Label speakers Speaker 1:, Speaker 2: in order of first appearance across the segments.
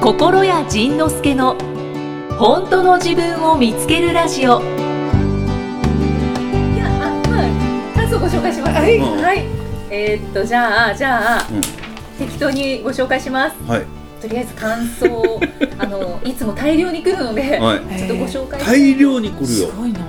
Speaker 1: 心谷仁之助の本当の自分を見つけるラジオ
Speaker 2: いやあはい感想ご紹介しますはい、
Speaker 3: うん
Speaker 2: はいえーっとじゃあじゃあ、
Speaker 3: うん
Speaker 2: 適当にご紹介します
Speaker 3: はい、
Speaker 2: とりあえず感想 をあのいつも大量に来るので、
Speaker 3: はい、
Speaker 2: ちょっとご紹介
Speaker 3: 大量に来る
Speaker 4: す
Speaker 3: よ。
Speaker 4: ごいな。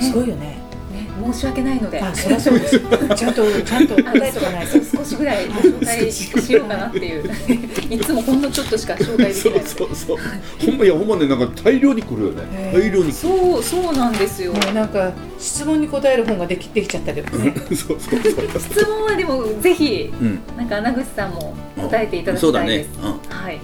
Speaker 4: すごいよね。
Speaker 2: ね申し訳ないので
Speaker 4: あ、そりゃそう です。ちゃんと、ちゃんと答えとかないと。
Speaker 2: 少しぐらいご紹介しようかなっていう いつもほんのちょっとしか紹介でき
Speaker 3: そ
Speaker 2: な
Speaker 3: う
Speaker 2: い
Speaker 3: そうそう。ほんまいやほんまねなんか大量に来るよね。
Speaker 4: へー
Speaker 3: 大量に来
Speaker 2: そうそうなんですよ
Speaker 4: もうなんか、質問に答える本ができ、できちゃったけどね。
Speaker 3: る。 そうそうそう。
Speaker 2: 質問はでもぜひ
Speaker 3: うん。
Speaker 2: なんか穴口さんも答えていただ
Speaker 3: そ
Speaker 2: き
Speaker 3: うだ
Speaker 2: たい
Speaker 3: ね
Speaker 2: です、。はい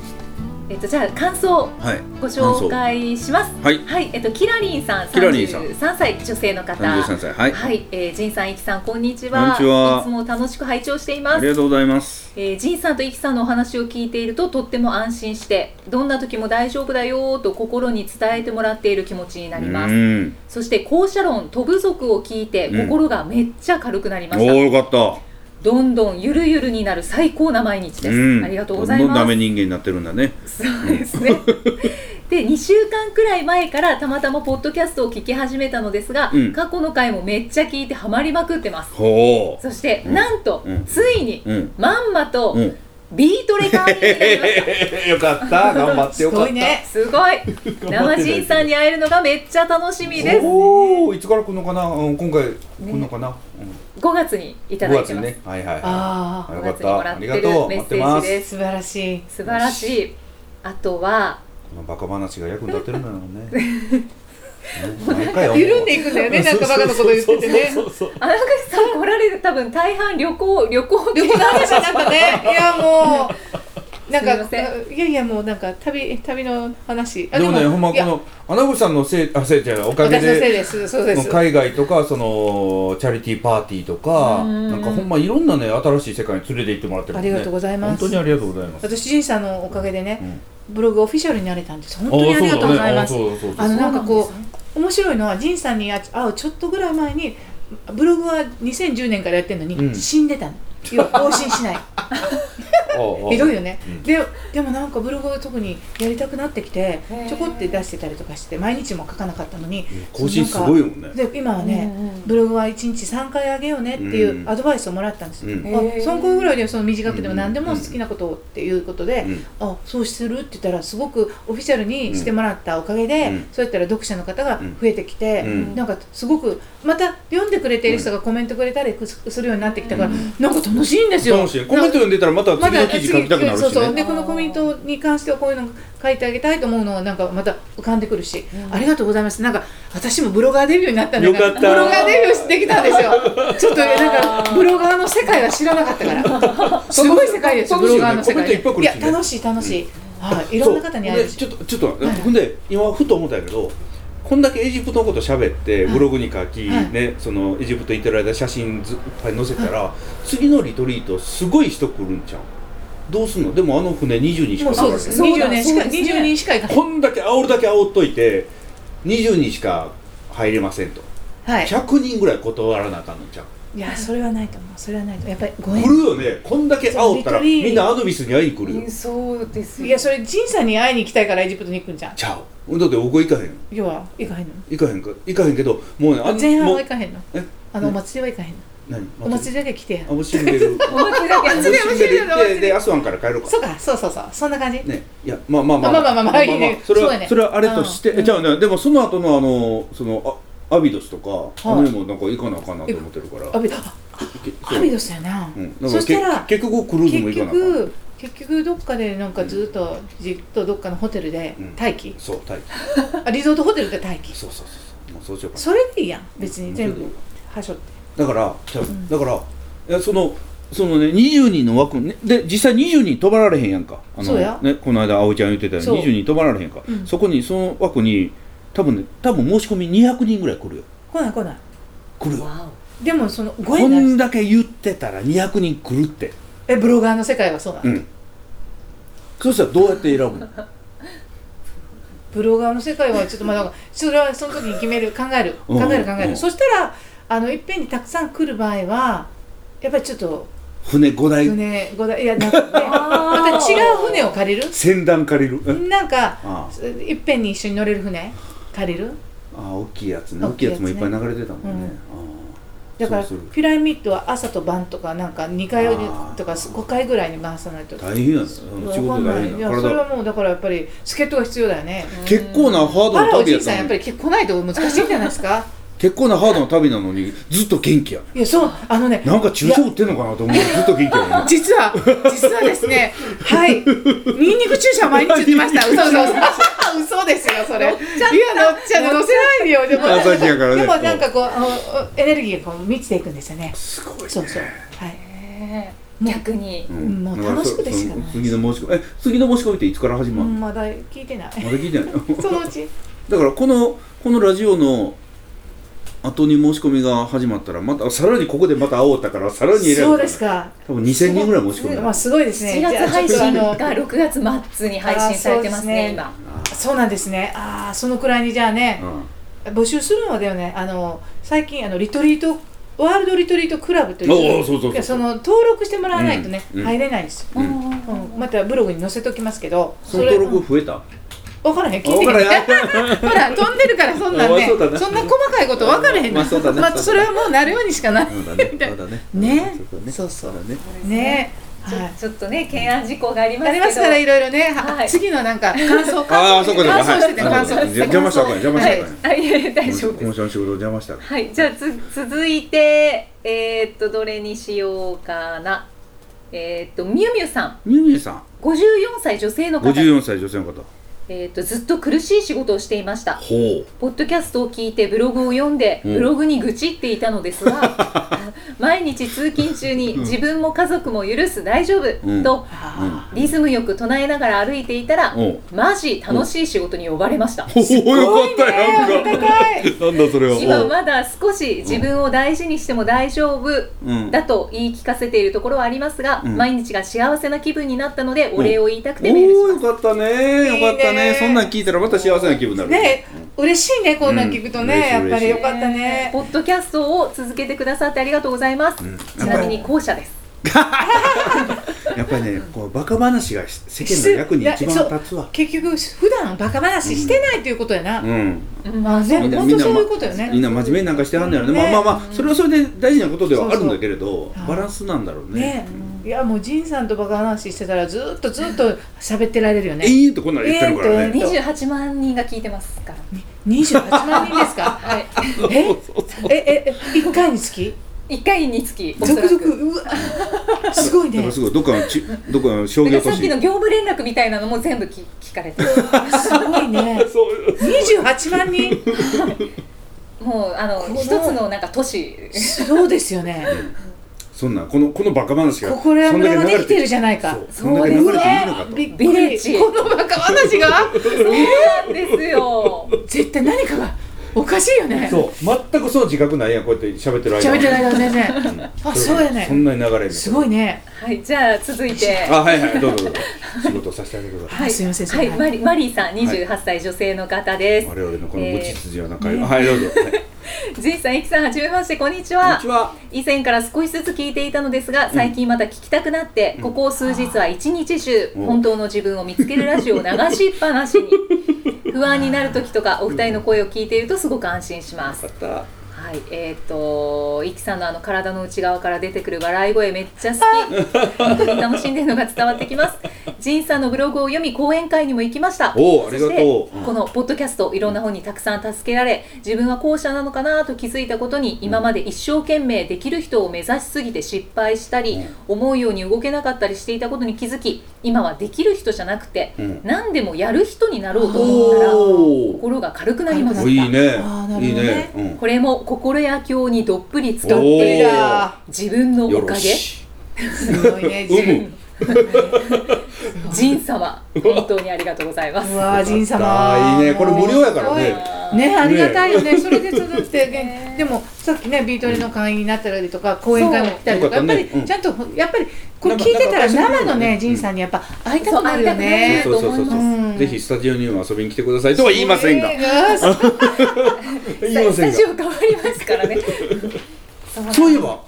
Speaker 2: えっとじゃあ感想
Speaker 3: うん。はい。
Speaker 2: ご紹介します
Speaker 3: はい。
Speaker 2: はい、えっと、キラリンさん、
Speaker 3: キラリンさん
Speaker 2: 33歳、女性の方。
Speaker 3: 三十三歳。はい。
Speaker 2: はい、えー、ジンさん、イキさん、こんにちは。
Speaker 3: こんにちはい
Speaker 2: つも楽しく拝聴していま
Speaker 3: あり
Speaker 2: す。
Speaker 3: がとうございます。
Speaker 2: えー、ジンさんとイキさんのお話を聞いていると、とっても安心して、どんな時も大丈夫だよーと心に伝えてもらっている気持ちにな
Speaker 3: う
Speaker 2: ります。
Speaker 3: ん。
Speaker 2: そして、校舎論、飛ぶ族を聞いて、
Speaker 3: うん
Speaker 2: 心がめっちゃ軽くなりま
Speaker 3: おお
Speaker 2: した。
Speaker 3: ーよかった。
Speaker 2: どんどんゆるゆるになる最高な毎日です。
Speaker 3: うん。
Speaker 2: ありがとうござい
Speaker 3: どん
Speaker 2: ま
Speaker 3: どんダ
Speaker 2: す。
Speaker 3: メ人間になってるんだね。
Speaker 2: そうですね。 で2週間くらい前からたまたまポッドキャストを聞き始めたのですが、
Speaker 3: うん
Speaker 2: 過去の回もめっちゃ聞いてハマりまくってます
Speaker 3: ほ
Speaker 2: そして、
Speaker 3: うん
Speaker 2: なんと、
Speaker 3: うん
Speaker 2: ついに、
Speaker 3: う。うん。
Speaker 2: まんまと
Speaker 3: うん。
Speaker 2: ビートレカーになりました
Speaker 3: よかった。頑張っ
Speaker 4: すご い。ね。
Speaker 2: すごい生じいさんに会えるのがめっちゃ楽しみです
Speaker 3: おおいつから来るのかな。うん今回来るのかな。
Speaker 2: 5月にい
Speaker 3: 五
Speaker 2: ただい
Speaker 3: 月
Speaker 2: て
Speaker 3: に
Speaker 2: ます、
Speaker 3: ね。はいはいは
Speaker 4: あ
Speaker 3: い。
Speaker 2: 五
Speaker 3: よ
Speaker 2: 月
Speaker 3: か
Speaker 2: にも
Speaker 3: っ
Speaker 2: らっ
Speaker 3: た。あ
Speaker 2: て
Speaker 3: り
Speaker 2: る
Speaker 3: がとう。
Speaker 2: メッ
Speaker 3: 待っ
Speaker 2: セ
Speaker 3: て
Speaker 2: ー
Speaker 3: ま
Speaker 2: ジ
Speaker 3: す
Speaker 2: で。
Speaker 4: あ、
Speaker 2: す
Speaker 4: 素晴らしい。
Speaker 2: 素晴らしいあとは
Speaker 3: このバカ話が役に立ってるんだろ うね。なん
Speaker 4: 緩んでいくんだよね、なんかバカなこと言っててね。
Speaker 2: 穴口さん来られる多分大半旅行旅行
Speaker 4: 旅行の話になったね。いや、もう。なん
Speaker 2: すいま
Speaker 4: か、
Speaker 2: せ
Speaker 4: いやいや、もう、なんか、旅、旅の話。あ
Speaker 3: でもね、ほんま
Speaker 4: い
Speaker 3: こ
Speaker 4: や
Speaker 3: の穴口さんのせいあせいじゃないおかげ
Speaker 4: 私のせい
Speaker 3: で。
Speaker 4: です。そうです。
Speaker 3: 海外とかそのチャリティーパーティーとか
Speaker 2: うん
Speaker 3: なんかほんまいろんなね新しい世界に連れて行ってもらってる
Speaker 4: あ
Speaker 3: もんね
Speaker 4: りがとうございます。
Speaker 3: 本当にありがとうございます
Speaker 4: 私、ジンさんのおかげでね、
Speaker 3: うん
Speaker 4: ブログオフィシャルになれたんです。本当にありがとうございます。
Speaker 3: あ
Speaker 4: あ,、
Speaker 3: そうだねあそうだそうだ
Speaker 4: の、なんかこ
Speaker 2: そう
Speaker 4: う、面白いのは、ジンさんに会うちょっとぐらい前に、ブログは2010年からやってるのに、
Speaker 3: うん
Speaker 4: 死んでたの。要は更新し ない。
Speaker 3: ああ
Speaker 4: ひどいよね、
Speaker 3: うん
Speaker 4: ででもなんかブログを特にやりたくなってきて
Speaker 2: へー
Speaker 4: ちょこって出してたりとかして毎日も書かなかったのに
Speaker 3: 更新すごいもんね
Speaker 4: で今はね、
Speaker 2: うんうん
Speaker 4: ブログは1日3回あげようねっていう
Speaker 3: うん
Speaker 4: アドバイスをもらったんですよ、
Speaker 3: うん
Speaker 2: へー
Speaker 4: あその子ぐらいでその短くでも
Speaker 3: うん
Speaker 4: 何でも好きなことをっていうことで、
Speaker 3: うん
Speaker 4: あそうするって言ったらすごくオフィシャルにしてもらったおかげで、
Speaker 3: うん
Speaker 4: そうやったら読者の方が増えてきて、
Speaker 3: うん
Speaker 4: なんかすごくまた読んでくれている人がコメントくれたりするようになってきたから、なんか楽しいんですよ。
Speaker 3: 楽しいコメント読んでたらまた次の記事書きたくなるし
Speaker 4: そうそう
Speaker 3: ね
Speaker 4: でこのコメントに関してはこういうの書いてあげたいと思うのはなんかまた浮かんでくるし、
Speaker 2: うん
Speaker 4: ありがとうございますなんか私もブロガーデビューになったんで
Speaker 3: よかった
Speaker 4: ブロガーデビューできたんで すよちょっとなんかブロガーの世界は知らなかった からすごい世界ですよ
Speaker 3: 楽しい
Speaker 4: ブ
Speaker 3: よね
Speaker 4: ロガーの世界
Speaker 3: コメントいっぱい来るしね
Speaker 4: や楽しい楽しい、はいいろんな方に会え
Speaker 3: そ
Speaker 4: る
Speaker 3: う
Speaker 4: し
Speaker 3: でちょっとちょっと待って、
Speaker 4: はい
Speaker 3: ほんで今ふと思ったんやけどこんだけエジプトのこと喋って
Speaker 4: はい
Speaker 3: ブログに書き、
Speaker 4: はい
Speaker 3: ねそのエジプト行ってる間写真ずいっぱい載せたら、次のリトリートすごい人来るんちゃうどうすんのでもあの船20人し
Speaker 4: も
Speaker 3: か
Speaker 4: う
Speaker 3: 来な
Speaker 4: そ
Speaker 3: いうわ
Speaker 4: で
Speaker 3: け
Speaker 4: す
Speaker 3: ね
Speaker 2: そうだ
Speaker 4: 20年しか
Speaker 2: そうですね
Speaker 4: 20人しかいない
Speaker 3: こんだけ煽るだけ煽っといて20人しか入れませんと
Speaker 4: はい
Speaker 3: 100人ぐらい断らなあかんのちゃう
Speaker 4: いやそれはないと思うそれはないと思うやっぱりご
Speaker 3: 来
Speaker 4: 縁
Speaker 3: るよねこんだけ煽ったら
Speaker 4: そうリトリー
Speaker 3: みんなアドビスに会いに来るよ
Speaker 2: そうですよ
Speaker 4: いやそれ仁さんに会いに行きたいからエジプトに行くんじゃん
Speaker 3: ちゃうだって僕行かへん
Speaker 4: 要は行かへんの
Speaker 3: 行かへんか行かへんけどもうねあの
Speaker 4: 前半
Speaker 3: も
Speaker 4: は
Speaker 3: う
Speaker 4: 行かへんの
Speaker 3: え
Speaker 4: あのお祭りは行かへんの
Speaker 3: 何
Speaker 4: お祭りだけ来て や
Speaker 3: あおしんべる
Speaker 2: お祭りだけ
Speaker 3: おしんべる行ってでアスワンから帰ろうか
Speaker 4: そうかそうそうそうそんな感じ
Speaker 3: ねいやまあまあまあ
Speaker 4: あまあまあまあまあいいね
Speaker 3: それ
Speaker 4: そうや
Speaker 3: は
Speaker 4: ね
Speaker 3: それはあれとして
Speaker 4: うん
Speaker 3: えじゃあねでもその後のあのそのあアビドスとかあ
Speaker 4: はい
Speaker 3: の辺もなんか行かなあかんなと思ってるから
Speaker 4: アビドあ
Speaker 3: け
Speaker 4: アビドスやな
Speaker 3: うんだから
Speaker 4: そしたら
Speaker 3: け結局クルーズも
Speaker 4: 結
Speaker 3: 行かなあかん
Speaker 4: 局結局どっかでなんかずっとじっとどっかのホテルで
Speaker 3: うん
Speaker 4: 待機
Speaker 3: そうタイ
Speaker 4: あリゾートホテルで待機
Speaker 3: そうそうそうそうもうそうしようかな
Speaker 4: それでいいやん別に全
Speaker 3: う
Speaker 4: 部
Speaker 3: ん
Speaker 4: はしょって
Speaker 3: だからちゃう
Speaker 4: うん
Speaker 3: だからいやそのそのね20人の枠ねで実際20人飛ばられへんやんかあの
Speaker 4: そうや
Speaker 3: ねこの間葵ちゃん言ってたよ
Speaker 4: そう
Speaker 3: うに20人飛ばられへんか、
Speaker 4: うん
Speaker 3: そこにその枠に多分ね多分申し込み200人ぐらい来るよ
Speaker 4: 来ない来ない
Speaker 3: 来るよ
Speaker 2: わ
Speaker 4: でもそのご
Speaker 3: こ
Speaker 4: 縁
Speaker 3: ん
Speaker 4: な
Speaker 3: だけ言ってたら200人来るって
Speaker 4: えブロガーの世界はそうなの
Speaker 3: うんそしたらどうやって選 ぶの
Speaker 4: ブロガーの世界はちょっとまだそれはその時に決める考える
Speaker 3: う
Speaker 4: 考
Speaker 3: ん
Speaker 4: える考え
Speaker 3: う
Speaker 4: る
Speaker 3: ん
Speaker 4: そしたらあのいっぺんにたくさん来る場合はやっぱりちょっと
Speaker 3: 船5台
Speaker 4: 船五台い やなんかねまた違う船を借りる
Speaker 3: 船団借りるえ
Speaker 4: なんか
Speaker 3: あ
Speaker 4: いっぺんに一緒に乗れる船借りる
Speaker 3: ああ大きいやつね
Speaker 4: 大
Speaker 3: 大
Speaker 4: き
Speaker 3: き
Speaker 4: い
Speaker 3: い
Speaker 4: や
Speaker 3: や
Speaker 4: つ
Speaker 3: つ
Speaker 4: ね
Speaker 3: もいっぱい流れてたもんね、
Speaker 4: うん
Speaker 3: ああ
Speaker 4: だから
Speaker 3: そうす
Speaker 4: ピラミッドは朝と晩とかなんか2回
Speaker 3: あー
Speaker 4: とか5回ぐらいに回さないと
Speaker 3: る大変やねうん仕事
Speaker 4: わかんな
Speaker 3: 大
Speaker 4: いい
Speaker 3: 変
Speaker 4: や
Speaker 3: や
Speaker 4: それ
Speaker 3: 体
Speaker 4: はもうだからやっぱり助っ人が必要だよね
Speaker 3: 結構なハード
Speaker 4: パ
Speaker 3: の
Speaker 4: ラお
Speaker 3: 旅
Speaker 4: じ
Speaker 3: や
Speaker 4: い
Speaker 3: っ
Speaker 4: さん
Speaker 3: たの
Speaker 4: やっ
Speaker 3: に
Speaker 4: ぱり来ないと難しいんじゃないですか
Speaker 3: 結構なハードの旅なのにずっと元気やね
Speaker 4: いやそうあのね
Speaker 3: なんか注射打ってんのかなと思うずっと元気やね
Speaker 4: 実は実はですねはいニンニク注射毎日打ってました嘘嘘嘘嘘ですよそれいや乗っちゃ乗せないでよでも
Speaker 3: 関西人やからね
Speaker 4: でもなんかこうあのエネルギーがこう満ちていくんですよね
Speaker 3: すごいね
Speaker 4: そうそうはい
Speaker 2: ねえ逆に
Speaker 3: ん
Speaker 4: もう
Speaker 3: だから
Speaker 4: 楽しく
Speaker 3: そ
Speaker 4: てしかない
Speaker 3: その次の申し込みえ次の申し込みっていつから始
Speaker 4: う
Speaker 3: まるの、
Speaker 4: んまだ聞いてない
Speaker 3: まだ聞いてない
Speaker 4: そのうち
Speaker 3: だからこのこのラジオの後に申し込みが始まったらまたさらにここでまた会おうだからさらに偉い
Speaker 4: そうですか
Speaker 3: 多分2000人ぐらい申し込んだ
Speaker 4: まあすごいですね
Speaker 2: 7月配
Speaker 4: じゃあ
Speaker 2: 信
Speaker 4: ちょ
Speaker 2: が
Speaker 4: っとあの
Speaker 2: 6月末に配信されてますね
Speaker 4: あ
Speaker 2: 今
Speaker 4: そうなんですねああそのくらいにじゃあね
Speaker 3: うん
Speaker 4: 募集するのでよねあの最近あのリトリートワールドリトリートクラブという
Speaker 3: おーそうそうそう
Speaker 4: いやその登録してもらわないとね、
Speaker 3: うんうん
Speaker 4: 入れないんですよ、
Speaker 3: うん
Speaker 4: うんまたブログに載せておきますけど
Speaker 3: その登録増えた
Speaker 4: 分からへん聞い
Speaker 3: 分
Speaker 4: てへん
Speaker 3: からや
Speaker 4: ほら飛んでるからそんなん
Speaker 3: あ
Speaker 4: ね
Speaker 3: そうだな
Speaker 4: そんな細かいこと分からへんねん
Speaker 3: まあそうだな
Speaker 4: まあそれはもうなるようにしかない
Speaker 3: そうだね そうだね
Speaker 4: ね
Speaker 3: そうだね
Speaker 4: そうそう
Speaker 3: だね
Speaker 4: ね
Speaker 2: ちょ
Speaker 4: はい
Speaker 2: ちょっとね懸案事項があります
Speaker 4: あ
Speaker 2: け
Speaker 4: り
Speaker 2: ど
Speaker 4: ますからいろいろね、は
Speaker 2: はい
Speaker 4: 次のなんか感想
Speaker 3: あ
Speaker 4: 感
Speaker 3: あ
Speaker 4: 想
Speaker 3: そこで
Speaker 4: 感想してて
Speaker 3: はい
Speaker 4: 感想してて
Speaker 3: 邪魔したらあかん邪魔したらあかん
Speaker 2: はいあいえいえ大丈夫
Speaker 3: こ
Speaker 2: で
Speaker 3: の
Speaker 2: す
Speaker 3: 人の仕事を邪魔したら
Speaker 2: はいじゃあつ続いてえーっとどれにしようかなえーっとみゆみゆさん
Speaker 3: みゆみゆさん
Speaker 2: 54歳女性の方
Speaker 3: 54歳女性の方
Speaker 2: えーっとずっと苦しい仕事をしていました
Speaker 3: ほう
Speaker 2: ポッドキャストを聞いてブログを読んで
Speaker 3: うん
Speaker 2: ブログに愚痴っていたのです が毎日通勤中に
Speaker 3: うん
Speaker 2: 自分も家族も許す大丈夫、
Speaker 3: うん
Speaker 2: と
Speaker 4: あ
Speaker 2: リズムよく唱えながら歩いていたら
Speaker 3: うん
Speaker 2: マジ楽しい仕事に呼ばれました
Speaker 3: ほうよかったや
Speaker 4: ーあ
Speaker 3: ん
Speaker 4: った
Speaker 3: か
Speaker 4: かい
Speaker 3: なんだそれは
Speaker 2: 今まだ少し自分を大事にしても大丈夫
Speaker 3: うん
Speaker 2: だと言い聞かせているところはありますが、
Speaker 3: うん
Speaker 2: 毎日が幸せな気分になったので
Speaker 3: ん
Speaker 2: お礼を言いたくてメールし
Speaker 3: おお
Speaker 2: ま
Speaker 3: よ
Speaker 2: す、
Speaker 3: かったね
Speaker 4: いいね
Speaker 3: よかったねそんなん聞いたらまた幸せな気分になる
Speaker 4: ね嬉しいねこんなん聞くとね、
Speaker 3: うん
Speaker 4: やっぱり
Speaker 3: 嬉
Speaker 4: よ
Speaker 3: しい
Speaker 4: かったね
Speaker 2: ポッドキャストを続けてくださってありがとうございます、
Speaker 3: うん
Speaker 2: ちなみに後者です
Speaker 3: やっぱりねこうバカ話が世間の役に一番立つわ
Speaker 4: 結局普段バカ話してないということやな、
Speaker 3: うん
Speaker 4: まあね
Speaker 3: みんな
Speaker 4: 本当そういうことよね
Speaker 3: みんな真面目になんかしてはんだよね
Speaker 4: ね
Speaker 3: まあまあまあそれはそれで大事なことではあるんだけれ
Speaker 4: そ
Speaker 3: ど
Speaker 4: うそう
Speaker 3: バランスなんだろうね
Speaker 4: ね、いやもう仁さんとバカ話してたらずっとずっと喋ってられるよ
Speaker 3: え
Speaker 4: ね
Speaker 3: いとこんなの言ってるから
Speaker 4: え
Speaker 3: ね
Speaker 4: っと
Speaker 2: 28万人が聞いてますから
Speaker 4: 28万人で すか
Speaker 2: はい
Speaker 4: ええええ一回につき
Speaker 2: 1回につきおそ
Speaker 4: 続
Speaker 2: らく
Speaker 4: 々うわすご
Speaker 3: な
Speaker 4: い
Speaker 3: ん
Speaker 4: ね
Speaker 3: か
Speaker 4: す
Speaker 3: すごいどっかのちどっかの商
Speaker 2: だから
Speaker 3: 業都
Speaker 2: さっき
Speaker 3: 市
Speaker 2: の業務連絡みたいなのも全部聞聞かれて
Speaker 4: ごいね28万人
Speaker 2: もうあの
Speaker 4: この
Speaker 2: 一つのなんか都市
Speaker 4: そうですよね
Speaker 3: そんなんこのこのバカ話が
Speaker 4: 心屋村ができてるじ
Speaker 3: ゃ
Speaker 4: ゃないか
Speaker 3: そうそんだけ流れていいのかと
Speaker 4: びっく
Speaker 2: ビレッ
Speaker 4: り
Speaker 2: ジ
Speaker 4: このバカ話が
Speaker 2: そうなんですよ
Speaker 4: 絶対何かがおかしいよね
Speaker 3: そう全くその自覚ないやんこうやって喋ってる間
Speaker 4: 喋ってない
Speaker 3: い
Speaker 4: から全然あそうや
Speaker 3: そん
Speaker 4: ね
Speaker 3: なに流れる
Speaker 4: すごいね
Speaker 2: はいじゃあ続いて
Speaker 3: あはいはいどうぞどうぞ仕事させてあげてください
Speaker 2: はい、
Speaker 4: すいません
Speaker 2: はい、
Speaker 4: はい
Speaker 2: マリマリーさん、28歳女性の方です。
Speaker 3: 我々のこの無知筋は仲良い
Speaker 4: えー
Speaker 3: はいどうぞはい
Speaker 2: ジンさん、エキさん、はじめまして、こんにち
Speaker 3: こんに
Speaker 2: は
Speaker 3: ち。は
Speaker 2: 以前から少しずつ聞いていたのですが、最近また聞きたくなって、ここ数日は一日中、
Speaker 3: うん
Speaker 2: 本当の自分を見つけるラジオを流しっぱなし に。不安になる時とか、お二人の声を聞いていると、すごく安心します。
Speaker 3: よかった
Speaker 2: はい、えっ、と、イキさんのあの体の内側から出てくる笑い声めっちゃ好 き。楽しんでるのが伝わってきます。ジンさんのブログを読み、講演会にも行きました。
Speaker 3: おーありがと
Speaker 2: そ
Speaker 3: う
Speaker 2: して
Speaker 3: うん
Speaker 2: このポッドキャスト、いろんな本にたくさん助けられ、自分は後者なのかなと気づいたことに、今まで一生懸命できる人を目指しすぎて失敗したり、思うように動けなかったりしていたことに気づき、今はできる人じゃなくて、
Speaker 3: うん
Speaker 2: 何でもやる人になろうと思ったら、
Speaker 3: お
Speaker 2: 心が軽くなりました。
Speaker 3: おいいね
Speaker 4: あーなるほどね
Speaker 3: いいねうん
Speaker 2: これも心や経にどっぷり使っ
Speaker 3: お
Speaker 2: て
Speaker 3: ー
Speaker 2: いる
Speaker 4: いや
Speaker 2: 自分の
Speaker 3: よ
Speaker 2: お
Speaker 3: ろ
Speaker 2: かげ
Speaker 3: し
Speaker 4: すごいね
Speaker 3: うむ
Speaker 2: 仁様本当にありがとうございます
Speaker 4: うわー仁
Speaker 3: あ
Speaker 4: 様
Speaker 3: ーいいねこれ無料やからね
Speaker 4: ねありがたいよねそれで育ってねでもさっきねビートルの会員になったりとか講演会も来たりとかや
Speaker 3: そ
Speaker 4: っ
Speaker 3: う
Speaker 4: ぱ
Speaker 3: よかった
Speaker 4: り
Speaker 3: ね
Speaker 4: ちゃんとやっぱりこれ聞いてた
Speaker 3: な
Speaker 4: ら
Speaker 3: んか
Speaker 4: 生の
Speaker 3: なん
Speaker 4: ね
Speaker 3: か
Speaker 4: 仁さんにやっぱ会いたくなるよ
Speaker 2: ね
Speaker 4: ね
Speaker 3: そうそうそうそう
Speaker 4: うん
Speaker 3: ぜひスタジオにも遊びに来てくださいとは言いませんが
Speaker 4: が
Speaker 3: 言いま
Speaker 2: ス
Speaker 3: せん
Speaker 2: タ
Speaker 3: が
Speaker 2: ジオ変わりますからね
Speaker 3: そういえば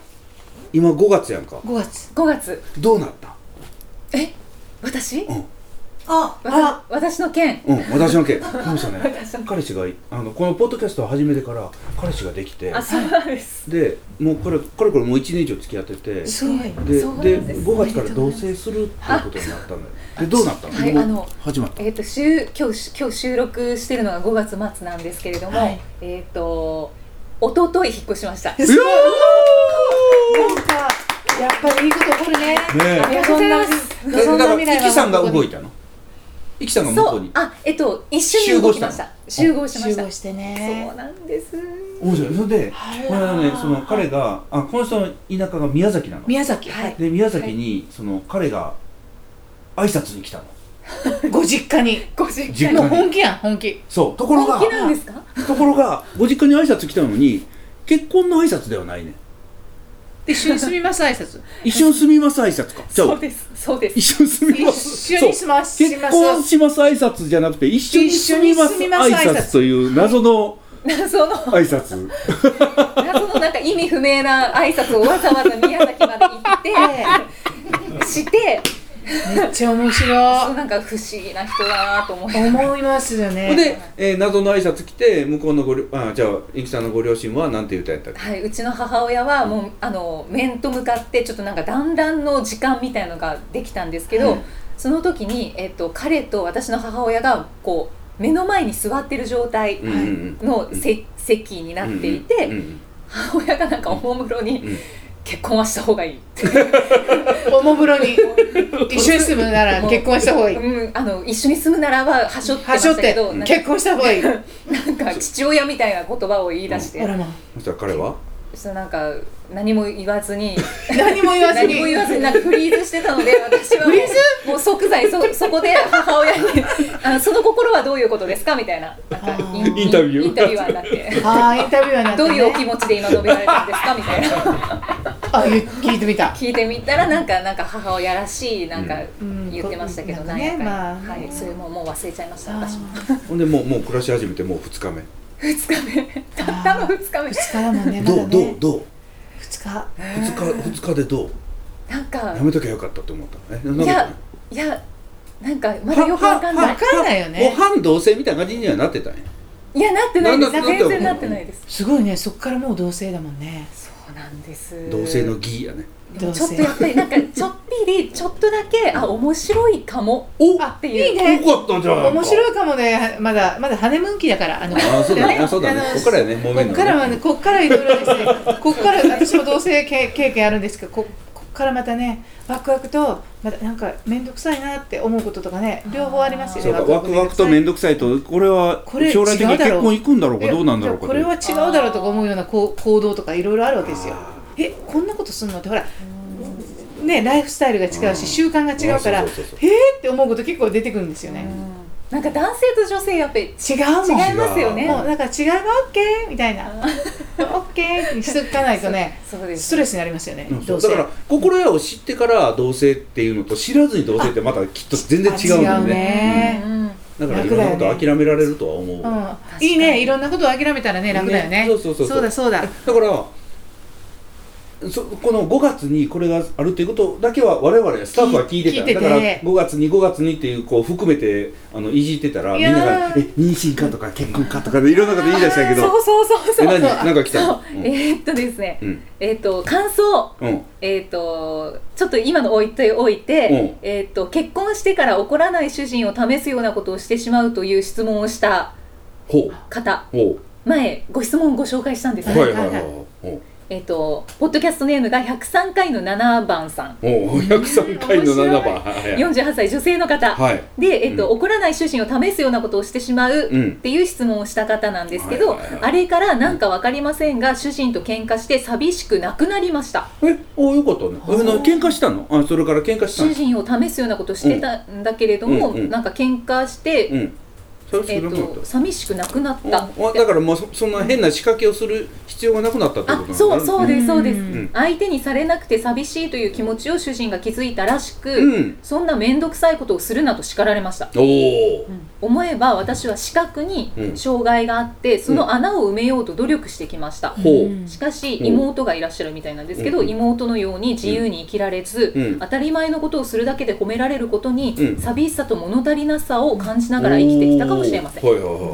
Speaker 3: 今5月やんか
Speaker 4: 5月
Speaker 2: 5月
Speaker 3: どうなった
Speaker 2: え私
Speaker 4: あ
Speaker 2: わた私の件
Speaker 3: うん私の件そうですよね
Speaker 2: 私の
Speaker 3: 彼氏があのこのポッドキャストを始めてから彼氏ができて
Speaker 2: あそうなんです
Speaker 3: でもうこれこれこれもう1年以上付き合ってて
Speaker 4: すごい
Speaker 3: で
Speaker 2: そうなん
Speaker 3: で
Speaker 2: です
Speaker 3: 5月から同棲するっていうことになったのよでどうなったの,、
Speaker 2: はいあの
Speaker 3: 始まった
Speaker 2: えっ、と週今日し今日収録してるのが5月末なんですけれども、
Speaker 4: はい
Speaker 2: えっ、と一昨日引っ越しました。
Speaker 4: すごいなんかやっぱりいいこと起こるね
Speaker 3: ね
Speaker 2: りがとうございます
Speaker 4: そん
Speaker 3: え
Speaker 4: なそ
Speaker 3: だか
Speaker 4: んな
Speaker 3: ら
Speaker 4: 未来
Speaker 3: イ
Speaker 4: は
Speaker 3: キさんが動い
Speaker 4: て
Speaker 3: たのイキさんが向こ
Speaker 2: そうう
Speaker 3: に
Speaker 2: あえっ、と一緒に動きました。集
Speaker 3: 集
Speaker 2: 合しました。
Speaker 4: 集合して
Speaker 2: そう
Speaker 4: ね
Speaker 2: なんです。
Speaker 3: 面白いそれで
Speaker 4: あら
Speaker 3: これはねその彼があこの人の田舎が宮崎なの
Speaker 4: 宮崎は
Speaker 2: はいい
Speaker 3: で宮崎にその彼が挨拶に来たの
Speaker 4: ご実家に
Speaker 2: ご実家
Speaker 3: 実家
Speaker 2: の
Speaker 4: もう本気やん本気
Speaker 3: そうところが
Speaker 2: 本気なんですか？
Speaker 3: ところがご実家に挨拶来たのに結婚の挨拶ではないね
Speaker 4: 一緒に住みます挨拶
Speaker 3: 一緒に住みます挨拶かじ ゃ
Speaker 2: そ
Speaker 3: あ
Speaker 2: うですそうです。
Speaker 3: 一緒に住みます
Speaker 4: 一緒に住ま
Speaker 3: そ
Speaker 4: す
Speaker 3: う結婚します挨拶じゃなくて一緒に住みます
Speaker 4: 一緒に住みます
Speaker 3: 挨
Speaker 4: 挨
Speaker 3: 拶
Speaker 4: 拶
Speaker 3: という謎の
Speaker 2: 謎の
Speaker 3: 挨拶
Speaker 2: 謎のなんか意味不明な挨拶をわざわざ宮崎まで行 ってして、
Speaker 4: めっちゃ面
Speaker 2: そう
Speaker 4: 白
Speaker 2: なんか不思議な人だなと思い
Speaker 4: い思いますよね
Speaker 3: で、えー謎の挨拶来て向こうのごりょあじゃあイキさんのご両親はなんて言ったんやったっけ
Speaker 2: はい、うちの母親はもう、あの面と向かってちょっとなんか団らんの時間みたいのができたんですけど、
Speaker 3: うん
Speaker 2: その時に、えっと、彼と私の母親がこう目の前に座ってる状態
Speaker 3: うんうん
Speaker 2: のせ、席になっていて、
Speaker 3: うんうん
Speaker 2: 母親がなんかおもむろに、
Speaker 3: うん
Speaker 2: 結婚はした方がいい」って
Speaker 4: おもむろに一緒に住むなら結婚した方がいい
Speaker 2: うん、あの一緒に住むならばはしょってま
Speaker 4: はしょ
Speaker 2: し
Speaker 4: った
Speaker 2: け
Speaker 4: て
Speaker 2: どなんか
Speaker 4: 結婚した方が いいあ
Speaker 2: なんか父親みたいな言葉を言い出して、
Speaker 4: らまあ
Speaker 3: そしたら彼は
Speaker 2: そのなんか何も言わずに。
Speaker 4: 何も言わずに
Speaker 2: 何も言わずになんかフリーズしてたので私はもう
Speaker 4: フリー
Speaker 2: もう即座にそそこで母親にあの「その心はどういうことですか?」みたいななんか
Speaker 4: あー
Speaker 2: イ
Speaker 3: インタビュー
Speaker 2: インタビュアーになって
Speaker 4: ああインタビューはな
Speaker 2: 「
Speaker 4: って
Speaker 2: ど
Speaker 4: ね
Speaker 2: ういうお気持ちで今述べられたんですか?」みたいな
Speaker 4: あゆ聞いてみた
Speaker 2: 聞いてみたらなんかなんか母親らしいなんか
Speaker 4: うん
Speaker 2: 言ってましたけど、
Speaker 4: うん
Speaker 2: なんやかんや
Speaker 4: なんかねま
Speaker 2: は
Speaker 4: あ
Speaker 2: い、それももう忘れちゃいました
Speaker 4: あ
Speaker 2: 私も
Speaker 4: ー
Speaker 3: ほんでもうもう暮らし始めてもう2日目
Speaker 2: 2日目たったの2日目
Speaker 4: 二日だもんねま
Speaker 3: ど
Speaker 4: だ
Speaker 3: うど
Speaker 4: ね
Speaker 3: うどう
Speaker 4: 二日
Speaker 3: 2日二日でどう
Speaker 2: なんか
Speaker 3: やめときゃよかったって思ったえなん
Speaker 2: い
Speaker 3: で
Speaker 2: やいやなんかまだよくわかんな
Speaker 4: わ
Speaker 2: い
Speaker 4: かんないよ
Speaker 3: もう
Speaker 4: ね
Speaker 3: 半同棲みたいな感じにはなってたんや
Speaker 2: いやなってないです
Speaker 3: なんだ
Speaker 2: 全然なってないです
Speaker 4: すごいねそっからもう同棲だもんね
Speaker 2: そうなんです
Speaker 3: 同棲の儀やね
Speaker 2: でもちょっとやっぱりなんかちょっぴりちょっとだけあ面白いかも
Speaker 3: お
Speaker 4: あ
Speaker 2: て
Speaker 4: い
Speaker 2: いう
Speaker 4: い
Speaker 3: よ
Speaker 4: ね
Speaker 3: かったんじゃん
Speaker 4: 面白いかもねまだまだハネムーン期だからあの
Speaker 3: ああそうだ ねあそうだね
Speaker 4: あ
Speaker 3: こ
Speaker 4: の
Speaker 3: っからやねもめんの
Speaker 4: こっからはね、こっからいろいろですね、こっから私も同棲経経験あるんですけど、ここっからまたね、ワクワクと、またなんか面倒くさいなって思うこととかね、両方ありますよ
Speaker 3: そ
Speaker 4: ね。
Speaker 3: うかワクワクと面倒くさいとこれは
Speaker 4: これ
Speaker 3: 将来的に
Speaker 4: 違うだろ
Speaker 3: 結
Speaker 4: う
Speaker 3: 婚行くんだろうかどうなんだろう
Speaker 4: い
Speaker 3: か
Speaker 4: やこれは
Speaker 3: と
Speaker 4: 違うだろうとか思うようなこう行動とかいろいろあるわけですよ
Speaker 3: あ。
Speaker 4: え、こんなことすんのってほら、ね、ライフスタイルが違う
Speaker 3: う
Speaker 4: し、
Speaker 3: ん
Speaker 4: 習慣が違うから、
Speaker 3: あそうそう
Speaker 4: へー
Speaker 3: そうそう
Speaker 4: って思うこと結構出てくるんですよ
Speaker 2: う
Speaker 4: ね。
Speaker 2: んなんか男性と女性やっぱり違い
Speaker 4: 違うもん。
Speaker 2: ますよ
Speaker 3: 違
Speaker 2: ね
Speaker 3: う
Speaker 4: もうなんか違いは OK みたいな OK にしとかないとね
Speaker 2: そうです
Speaker 4: ストレスになりますよね
Speaker 3: うん
Speaker 4: ど
Speaker 3: そうう
Speaker 4: せ
Speaker 3: だから心得を知ってから同棲っていうのと知らずに同棲ってまたきっと全然違うんだ
Speaker 4: あ
Speaker 3: よ
Speaker 4: 違う
Speaker 3: ね
Speaker 4: ね、
Speaker 2: うん
Speaker 3: だからいろんなこ
Speaker 4: 楽だ
Speaker 3: と
Speaker 4: よね
Speaker 3: 諦められるとは思う
Speaker 4: うん
Speaker 3: わ
Speaker 2: かに
Speaker 4: いいねいろんなことを諦めたらね楽だよね
Speaker 3: ねそうそうそうそう
Speaker 4: だそうだ
Speaker 3: だからそこの5月にこれがあるということだけは我々スタッフは聞いてた
Speaker 4: 聞いてて
Speaker 3: だから5月に5月にっていうこう含めてあのいじってたら
Speaker 4: い
Speaker 3: みん
Speaker 4: やー
Speaker 3: なが「え妊娠か?」とか「結婚か?」とかでいろんなこと言い出したけど
Speaker 2: そうそうそう
Speaker 3: え
Speaker 2: そう
Speaker 3: 何なんか来た
Speaker 2: そ
Speaker 3: の
Speaker 2: う、
Speaker 3: うん
Speaker 2: えーっとですね
Speaker 3: うん
Speaker 2: えーっと感想
Speaker 3: うん
Speaker 2: えーっとちょっと今の置いておいて、
Speaker 3: うん
Speaker 2: えーっと結婚してから怒らない主人を試すようなことをしてしまうという質問をした
Speaker 3: ほう
Speaker 2: 方
Speaker 3: ほ
Speaker 2: 前ご質問ご紹介したんです
Speaker 3: う
Speaker 2: が、
Speaker 3: はいはいはいはいほう
Speaker 2: えっと、ポッドキャストネームが103回の7番さん、
Speaker 3: おお103回の7番はい
Speaker 2: 48歳女性の方、
Speaker 3: はい
Speaker 2: で、えっと
Speaker 3: う
Speaker 2: 怒らない主人を試すようなことをしてしまう
Speaker 3: うん
Speaker 2: っていう質問をした方なんですけど、
Speaker 3: はいはいはい
Speaker 2: あれからなんか分かりませんが、主人と喧嘩して寂しくなくなりました
Speaker 3: えおよかったねえな喧嘩したのあそれから喧嘩した
Speaker 2: 主
Speaker 3: の
Speaker 2: 人を試すようなことをしてたんだけれども、
Speaker 3: うんうんうん
Speaker 2: なんか喧嘩して、
Speaker 3: うん寂
Speaker 2: えっ
Speaker 3: しくなくなった
Speaker 2: と、寂しくなくなっ
Speaker 3: お
Speaker 2: た
Speaker 3: おだからもうそそんな変な仕掛けをする必要がなくなったってことなんだ
Speaker 2: あそうそうですそうです、
Speaker 4: うん
Speaker 2: 相手にされなくて寂しいという気持ちを主人が気づいたらしく、
Speaker 3: うん
Speaker 2: そんな面倒くさいことをするなと叱られました
Speaker 3: おお
Speaker 2: 思えば私は視覚に
Speaker 3: うん
Speaker 2: 障害があって、その穴を埋めようと努力してきました、
Speaker 3: ほう
Speaker 4: うん
Speaker 2: しかし
Speaker 3: うん
Speaker 2: 妹がいらっしゃるみたいなんですけど、
Speaker 3: うん
Speaker 2: 妹のように自由に生きられず、
Speaker 3: うん
Speaker 2: 当たり前のことをするだけで褒められることに、
Speaker 3: うん
Speaker 2: 寂しさと物足りなさを感じながら生きてきたかもしれません、
Speaker 3: はいはいはいは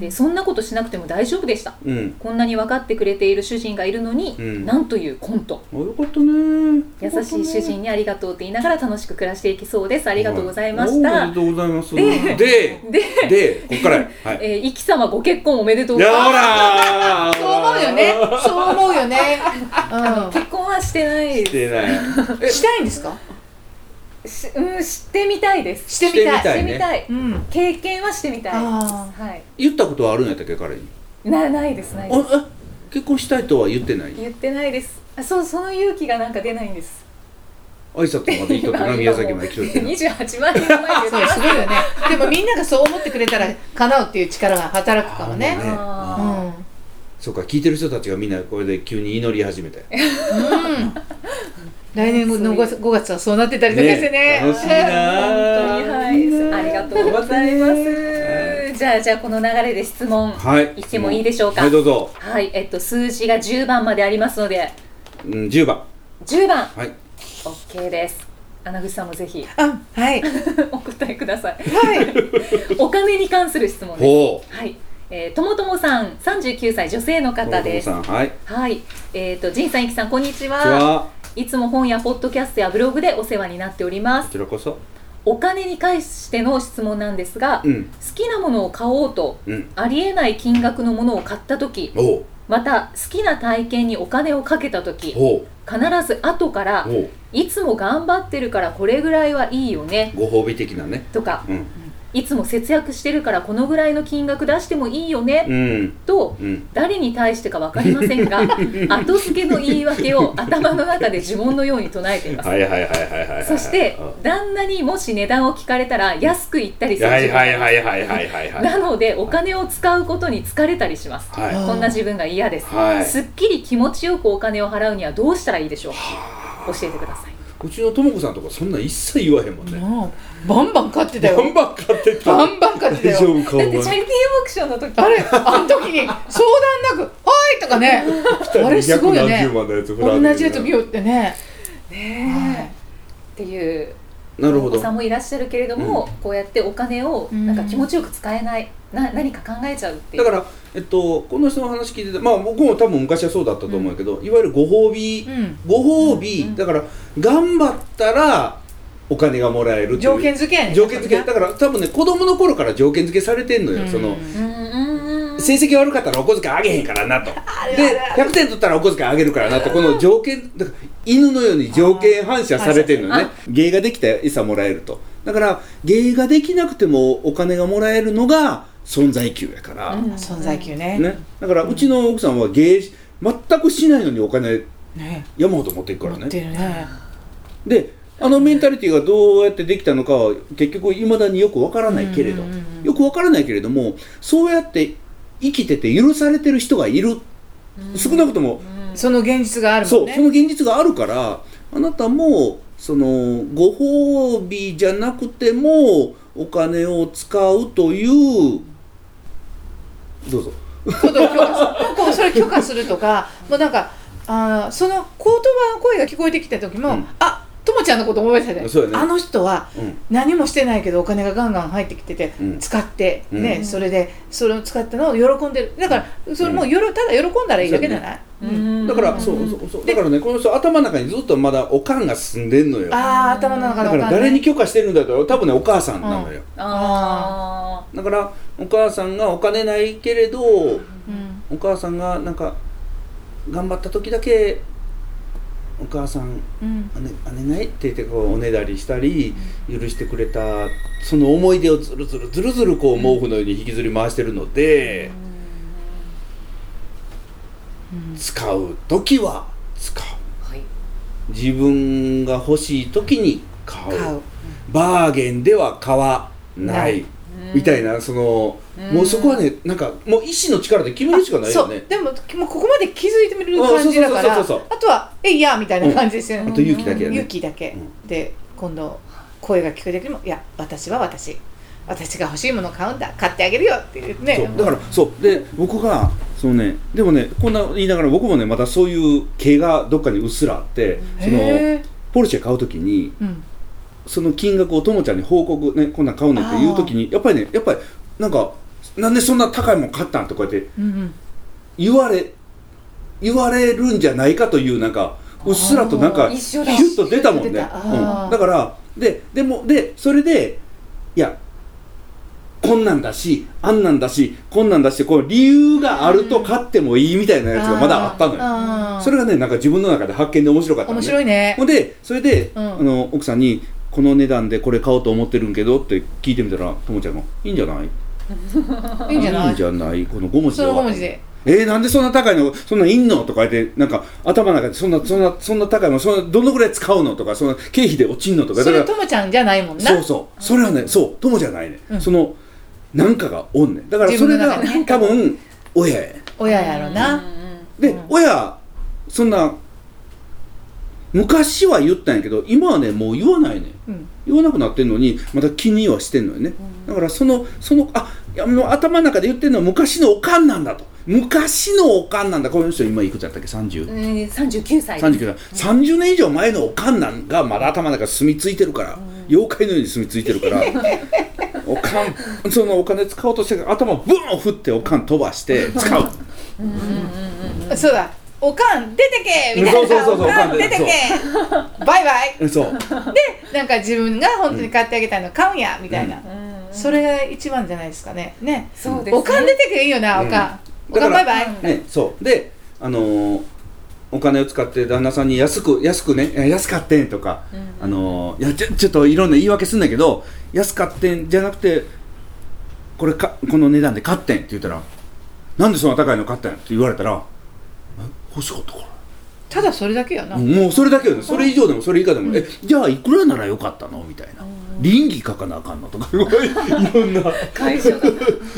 Speaker 2: でそんなことしなくても大丈夫でした
Speaker 3: いうん
Speaker 2: こんなに分かってくれている主人がいるのに、
Speaker 3: うん
Speaker 2: なんというコント
Speaker 3: あよかったね
Speaker 2: 優しい主人にありがとうって言いながら楽しく暮らしていけそうですあ
Speaker 3: あ
Speaker 2: りがとうございまし
Speaker 3: お
Speaker 2: た、
Speaker 3: めでとうございますでで
Speaker 2: で、
Speaker 3: こ っからやはい
Speaker 2: えー、イキ様ご結婚おめでとうご
Speaker 3: い
Speaker 2: ざい
Speaker 3: や
Speaker 2: ま
Speaker 3: ほらー
Speaker 4: そう思うよねそう思うよね、
Speaker 2: す結婚はしてない
Speaker 3: し
Speaker 2: で
Speaker 3: てない
Speaker 4: うん、したいんですか
Speaker 2: すしうんしてみたいです
Speaker 4: してみたい
Speaker 3: してみたいね
Speaker 2: してみたい
Speaker 4: うん
Speaker 2: 経験はしてみたい
Speaker 4: あ
Speaker 2: はい
Speaker 3: 言ったことはあるんやったっけ彼に
Speaker 2: なないです
Speaker 3: あ
Speaker 2: ないです
Speaker 3: え結婚したいとは言ってない挨
Speaker 2: 言ってないですあそうその勇気がなんか出ないんです
Speaker 3: 拶まで言っ とってな宮崎まで来とってな
Speaker 2: 28万人の前で言って
Speaker 4: そうすごいよねでもみんながそう思ってくれたら叶うっていう力が働くかも
Speaker 2: ね
Speaker 4: ねう
Speaker 2: あ
Speaker 4: ん、うん、
Speaker 3: そうか聞いてる人たちがみんなこれで急に祈り始 めて
Speaker 4: 来年の5月五月はそうなってたりとかしてね
Speaker 3: 楽しいな
Speaker 2: 本当にはいありがとうございますじゃあじゃあこの流れで質問
Speaker 3: はい
Speaker 2: 行ってもいいでしょうか
Speaker 3: はいどうぞ、
Speaker 2: はい、えっと、数字が10番までありますので、
Speaker 3: うん、10番
Speaker 2: 10番、
Speaker 3: はい
Speaker 2: OK です。穴口さんもぜひ
Speaker 4: あはい
Speaker 2: お答えください。
Speaker 4: はい
Speaker 2: お金に関する質問で
Speaker 3: ほう
Speaker 2: す。はい、えー、ともともさん、39歳女性の方です。
Speaker 3: さんはい
Speaker 2: はい、えっ、と、仁さん、いきさん、こんにち
Speaker 3: こんにち
Speaker 2: は。
Speaker 3: はい
Speaker 2: つも本やポッドキャストやブログでお世話になっておりま
Speaker 3: こ
Speaker 2: す。
Speaker 3: ちらこそ
Speaker 2: お金に関しての質問なんですが、
Speaker 3: う
Speaker 2: 好
Speaker 3: ん
Speaker 2: きなものを買おうと。
Speaker 3: うん
Speaker 2: ありえない金額のものを買った時
Speaker 3: ほ
Speaker 2: また好きな体験にお金をかけた
Speaker 3: う
Speaker 2: 時
Speaker 3: ほ
Speaker 2: 必ず後から
Speaker 3: うほ
Speaker 2: いつも頑張ってるからこれぐらいはいいよね
Speaker 3: うご褒美的なね
Speaker 2: とか
Speaker 3: うん
Speaker 2: いつも節約してるからこのぐらいの金額出してもいいよね
Speaker 3: うん
Speaker 2: と
Speaker 3: うん
Speaker 2: 誰に対してか分かりませ んが後付けの言い訳を頭の中で呪文のように唱えています。
Speaker 3: はいはいはいはいはいはい
Speaker 2: そして
Speaker 3: うん
Speaker 2: 旦那にもし値段を聞かれたら安く言ったりする
Speaker 3: はい
Speaker 2: 自
Speaker 3: は
Speaker 2: 分
Speaker 3: いはいはいはいはいはい
Speaker 2: なのでお金を使うことに疲れたりします
Speaker 3: はい
Speaker 4: あー
Speaker 2: こんな自分が嫌です、
Speaker 3: はい
Speaker 2: すっきり気持ちよくお金を払うにはどうしたらいいでしょうか
Speaker 3: はあ
Speaker 2: 教えてくださいう
Speaker 3: ちのとも子さんとかそんなん一切言わへんもんね
Speaker 4: もうバンバン買ってた
Speaker 3: バン
Speaker 4: よ
Speaker 3: バン買ってた
Speaker 4: バンバン買って
Speaker 3: 大
Speaker 4: たよ
Speaker 3: 丈夫顔
Speaker 2: だってチャ
Speaker 3: が
Speaker 2: リティーオークションの時
Speaker 4: あれあの時に相談なく「はい!」とかねあれすごいよね
Speaker 3: 270万のやつ普段
Speaker 4: 同じやつ見ようってね
Speaker 2: ねえっていう
Speaker 3: なるほ
Speaker 2: お子
Speaker 3: ど
Speaker 2: さんもいらっしゃるけれども、こうやってお金を
Speaker 4: うん
Speaker 2: なんか気持ちよく使えない、な何か考えちゃうっていう
Speaker 3: だから、えっと、この人の話聞いてて、まあ、僕も多分昔はそうだったと思うんやけど、いわゆるご褒美、
Speaker 4: うん
Speaker 3: ご褒美、だから頑張ったらお金がもらえるっていう
Speaker 4: 条件付けやね
Speaker 3: 条件付けだから多分ね子供の頃から条件付けされてんのよ、
Speaker 4: うん
Speaker 3: その
Speaker 2: うんうんうん
Speaker 3: 成績悪かったらお小遣いあげへんからなと
Speaker 4: る
Speaker 3: で100点取ったらお小遣いあげるからなとこの条件だから犬のように条件反射されてるのね芸ができたら餌もらえるとだから芸ができなくてもお金がもらえるのが存在給やから、
Speaker 2: うん
Speaker 4: 存在級ね
Speaker 3: ね、だからうちの奥さんは芸全くしないのにお金
Speaker 4: ね
Speaker 3: 山ほど持っていくから
Speaker 4: 持っ
Speaker 3: ね
Speaker 4: てるね
Speaker 3: であのメンタリティがどうやってできたのかは結局いまだによくわからないけれど
Speaker 4: うんうんうんうん
Speaker 3: よくわからないけれどもそうやって生きてて許されてる人がいる少なくとも
Speaker 4: その現実があるも
Speaker 3: そ
Speaker 4: ん
Speaker 3: う
Speaker 4: ね
Speaker 3: その現実があるからあなたもそのご褒美じゃなくてもお金を使うというどうぞ
Speaker 4: ことを許可するこうそれ許可するとかもうなんかあーその言葉の声が聞こえてきた時も、
Speaker 3: うん
Speaker 4: あともちゃんのこと思い出したね
Speaker 3: そうやね
Speaker 4: あの人は
Speaker 3: うん
Speaker 4: 何もしてないけどお金がガンガン入ってきてて、
Speaker 3: うん
Speaker 4: 使って、ね
Speaker 2: うん
Speaker 4: それでそれを使ったのを喜んでるだからそれもうよろただ喜んだらいいだけじゃない、
Speaker 2: う
Speaker 4: うん
Speaker 2: ん
Speaker 3: だから
Speaker 2: う
Speaker 3: そ
Speaker 2: ん
Speaker 3: うそうそうだからねこの人頭の中にずっとまだおかんが住んでんのよ
Speaker 4: ああ頭の中
Speaker 3: だ
Speaker 4: のお
Speaker 3: か
Speaker 4: 金
Speaker 3: ら誰に許可してるんだったら多分ねお母さんなのよ、
Speaker 2: あ
Speaker 3: だからお母さんがお金ないけれどお
Speaker 4: うん
Speaker 3: 母さんがなんか頑張った時だけお母さん
Speaker 4: うん
Speaker 3: 姉姉ないって言ってこうおねだりしたり許してくれたその思い出をずるずるずるずるこう毛布のように引きずり回してるので、
Speaker 4: うん
Speaker 3: 使う時は使う
Speaker 2: ーはい
Speaker 3: 自分が欲しい時に買う
Speaker 4: 買う
Speaker 3: バーゲンでは買わない
Speaker 2: うん
Speaker 3: みたいなその、もうそこはねなんかもう意志の力で決めるしかないよ
Speaker 4: そう
Speaker 3: ね
Speaker 4: でももうここまで気づいてみる感じだか
Speaker 3: あ
Speaker 4: ら
Speaker 3: そ
Speaker 4: あ
Speaker 3: うそうそうそうそう
Speaker 4: とは「えいや」みたいな感じですよね、
Speaker 3: あと勇気だけやね
Speaker 4: 勇気だけ、
Speaker 3: うん
Speaker 4: で今度声が聞こえてきても「いや私は私私が欲しいものを買うんだ買ってあげるよ」っていうね
Speaker 3: そうだからそうで僕がそのねでもねこんな言いながら僕もねまたそういう毛がどっかにうっすらあってその
Speaker 4: へー
Speaker 3: ポルシェ買う時に
Speaker 4: うん
Speaker 3: その金額をともちゃんに報告、ね、こんなん買うねんって言う時にやっぱりねやっぱりなんかなんでそんな高いもん買ったんってこうやって
Speaker 4: うんうん
Speaker 3: 言われ言われるんじゃないかというなんかうっすらとなんか
Speaker 2: あー
Speaker 3: ヒ
Speaker 2: 一
Speaker 3: ュ
Speaker 2: 緒だ
Speaker 3: ッと出たもんね、うん、
Speaker 4: 出
Speaker 3: だ
Speaker 4: たあー
Speaker 3: からででもでそれでいやこんなんだしあんなんだしこんなんだしこう理由があると勝ってもいいみたいなやつがまだあったのよ、
Speaker 4: よ
Speaker 3: それがねなんか自分の中で発見で面白かったの、ね、
Speaker 4: 面白いね
Speaker 3: ほんでそれで、
Speaker 4: うん
Speaker 3: あの奥さんに「この値段でこれ買おうと思ってるんけど」って聞いてみたらともちゃんが「いいんじゃない
Speaker 4: いいんじゃない
Speaker 3: この5文字
Speaker 4: そ
Speaker 3: で終わ
Speaker 4: の5
Speaker 3: った
Speaker 4: 文字で
Speaker 3: えー、なんでそんな高いのそんなんいんのとか言ってなんか頭の中でそんなそんなそんな高いのそんなどのぐらい使うのとかそんな経費で落ちんのとか
Speaker 4: それ
Speaker 3: か
Speaker 4: ともちゃんじゃないもん
Speaker 3: ら
Speaker 4: な
Speaker 3: そうそうそれはねそう友じゃないね、
Speaker 4: うん
Speaker 3: そのなんかがおんねんだからそれ
Speaker 4: 自分の
Speaker 3: が、
Speaker 4: 中でね
Speaker 3: 多分親やね
Speaker 4: 親やろな、
Speaker 3: んで、
Speaker 4: うん
Speaker 3: 親そんな昔は言ったんやけど今はねもう言わないねん
Speaker 4: うん
Speaker 3: 言わなくなってんのにまた気にはしてんのよね、だからそのそのあいやもう頭の中で言ってるのは昔のおかんなんだと昔のおかんなんだこの人今いくつだったっけ3039
Speaker 2: うん39歳
Speaker 3: 歳、30年以上前のおかんなんがまだ頭の中に住み着いてるから、妖怪のように住み着いてるから おかんそのお金使おうとして頭をブーン振っておかん飛ばして使う
Speaker 4: そうだおかん出てけみたい
Speaker 3: そう
Speaker 4: な
Speaker 3: そう
Speaker 4: お
Speaker 3: そうそう
Speaker 4: かん出てけバイバイ
Speaker 3: えそう
Speaker 4: なんか自分が本当に買ってあげたいの買うんやみたいな、それが一番じゃないですかねね
Speaker 2: そうですね
Speaker 4: おかん出てくるいいよな、
Speaker 3: うん
Speaker 4: おかんお
Speaker 3: だ
Speaker 4: か
Speaker 3: か
Speaker 4: ん
Speaker 3: ら
Speaker 4: バイバイ、
Speaker 3: ね、そうであのーお金を使って旦那さんに安く安くねえ安かってんとか、あのーいやちょちょっといろんな言い訳すんだけど安かってんじゃなくてこれかこの値段で買ってんって言ったらなんでそんな高いの買ったんって言われたらえ欲しかったから
Speaker 4: ただそれだけよな、
Speaker 3: もうそれだけよねそれ以上でもそれ以下でも、えじゃあいくらならよかったのみたいな、倫理書かなあかんのとか いろんな
Speaker 2: 会社が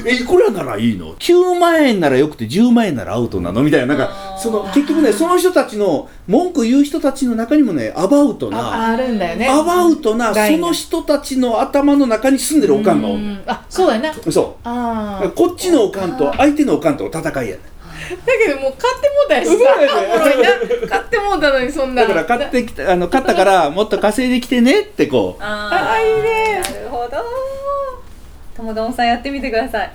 Speaker 3: えいくらならいいの9万円ならよくて10万円ならアウトなのみたいななんかその結局ねその人たちの文句言う人たちの中にもねアバウトな
Speaker 4: ああるんだよね
Speaker 3: アバウトなそ
Speaker 4: ラインが
Speaker 3: の人たちの頭の中に住んでるおかんがお
Speaker 4: う
Speaker 3: る
Speaker 4: んあそうだよな
Speaker 3: そうだ
Speaker 4: あ
Speaker 3: から
Speaker 4: ー
Speaker 3: こっちのおかんと相手のおかんとの戦いやね
Speaker 4: だけどもう買ってもうたやしさ
Speaker 3: そうだよね
Speaker 4: おもろい な買ってもうたのにそんな
Speaker 3: だから買ってきたあの買ったからもっと稼いできてねってこう
Speaker 2: あ
Speaker 4: ああ
Speaker 2: あ
Speaker 4: いいね
Speaker 2: なるほどともどんさんやってみてください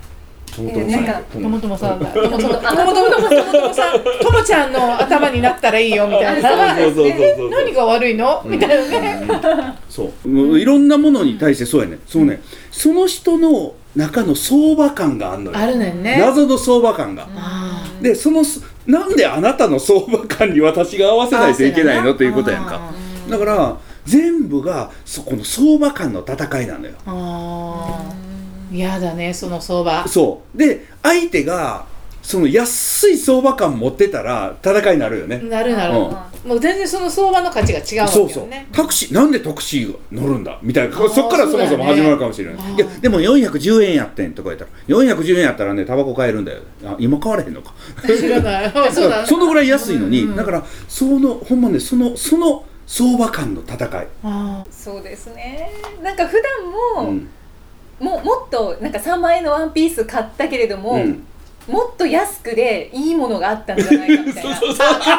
Speaker 3: 友友さんや
Speaker 4: ともともさんだともともともとも
Speaker 2: あ
Speaker 4: ともさんともちゃんの頭になったらいいよみたいな
Speaker 3: そうそうそうそうそう
Speaker 4: 何が悪いのみたいなね、
Speaker 3: そう、いろんなものに対してそうやねそうねその人の中の相場感があんのよ
Speaker 4: あるねんね
Speaker 3: 謎の相場感が、
Speaker 4: あー
Speaker 3: でそのすなんであなたの相場感に私が合わせないといけないのということやんかだから全部がそこの相場感の戦いなんだよ
Speaker 4: ああ嫌だねその相場
Speaker 3: そうで相手がその安い相場感持ってたら戦いになるよね、
Speaker 4: なるなる、もう全然その相場の価値が違うわけ
Speaker 3: そ
Speaker 4: よ
Speaker 3: うそう
Speaker 4: ね
Speaker 3: タクシーなんでタクシーが乗るんだみたいな
Speaker 4: ー
Speaker 3: そっからそもそも
Speaker 4: そうだよね
Speaker 3: 始まるかもしれない、
Speaker 4: ー
Speaker 3: いやでも410円やってんとか言ったら410円やったらねタバコ買えるんだよあ今買われへんのか
Speaker 4: 知 らない そうだ
Speaker 3: のぐらい安いのに、
Speaker 4: うん
Speaker 3: だからそのほんまねそのその相場感の戦い、
Speaker 4: あ
Speaker 2: そうですねなんか普段も、
Speaker 3: うん
Speaker 2: もうもっとなんか3万円のワンピース買ったけれども、
Speaker 3: うん
Speaker 2: もっと安くでいいものがあったんじゃないかみた いな
Speaker 4: 買っ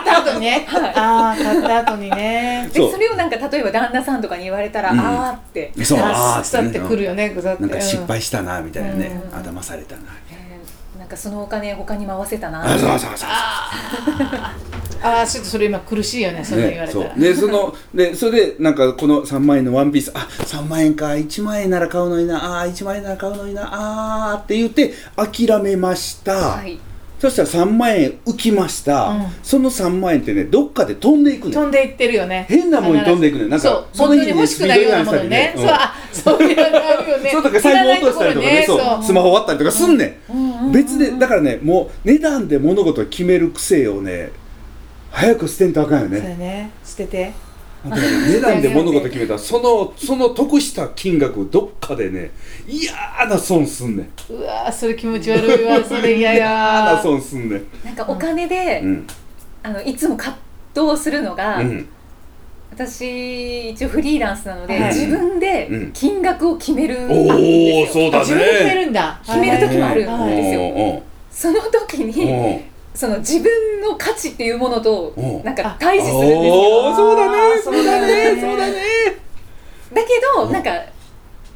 Speaker 4: た後にね、ああ買った後にね
Speaker 2: で
Speaker 3: そう
Speaker 2: それをなんか例えば旦那さんとかに言われたら、
Speaker 3: うん
Speaker 2: あーって、
Speaker 3: そう
Speaker 4: あ
Speaker 3: あー
Speaker 4: あ腐ってくるよね腐って
Speaker 3: なんか失
Speaker 4: うん
Speaker 3: 敗したなみたいなね、
Speaker 2: うん
Speaker 3: あ騙されたな
Speaker 2: えーなんかそのお金他に回せたな
Speaker 3: あそうそうそう
Speaker 4: ああちょっとそれ今苦しいよねそれ言
Speaker 3: ね
Speaker 4: われた
Speaker 3: そ
Speaker 4: ら、
Speaker 3: うでそのでそれでなんかこの3万円のワンピースあ3万円か1万円なら買うのになあー1万円なら買うのになあーって言って諦めました、
Speaker 2: はい
Speaker 3: そしたら3万円浮きました、
Speaker 4: うん
Speaker 3: その3万円ってねどっかで飛んでいくの
Speaker 4: 飛んでいってるよね
Speaker 3: 変なものに飛んでいくねなんか
Speaker 4: そう
Speaker 3: その
Speaker 4: 本当
Speaker 3: 日に
Speaker 4: に欲しくなるようなものね、
Speaker 3: うん
Speaker 4: そうあそういうのあるよね
Speaker 3: そうだから財布落としたりとかね
Speaker 4: 知らないとこ
Speaker 3: そ
Speaker 4: ろ
Speaker 3: うスマホ割ったりとかすんねん別でだからねもう値段で物事を決める癖をね早く捨てんとあかんよ
Speaker 4: そう
Speaker 3: ね
Speaker 4: だね捨てて
Speaker 3: だから値段で物事決めたらそのその得した金額どっかでね嫌な損すんねん
Speaker 4: うわーそれ気持ち悪い わそれ嫌
Speaker 3: 嫌
Speaker 4: や
Speaker 3: な損すんねん
Speaker 2: なんかお金で、
Speaker 3: うん
Speaker 2: あのいつも葛藤するのが、
Speaker 3: うん
Speaker 2: 私一応フリーランスなので、
Speaker 4: はい
Speaker 2: 自分
Speaker 3: う
Speaker 2: で
Speaker 3: ん
Speaker 2: 金額を決めるんですよ、
Speaker 3: おおそう
Speaker 4: あ
Speaker 3: だ
Speaker 4: 自分で決め
Speaker 3: ね
Speaker 4: るんだ
Speaker 2: 決める時もあるんですよ
Speaker 3: よ
Speaker 2: その時
Speaker 3: お
Speaker 2: にその自分の価値っていうものと
Speaker 3: うん
Speaker 2: なんか
Speaker 4: あ
Speaker 2: 対峙するんですよ
Speaker 3: おーそうだねそうだね
Speaker 4: そうだね
Speaker 2: だけど
Speaker 3: うん
Speaker 2: なんか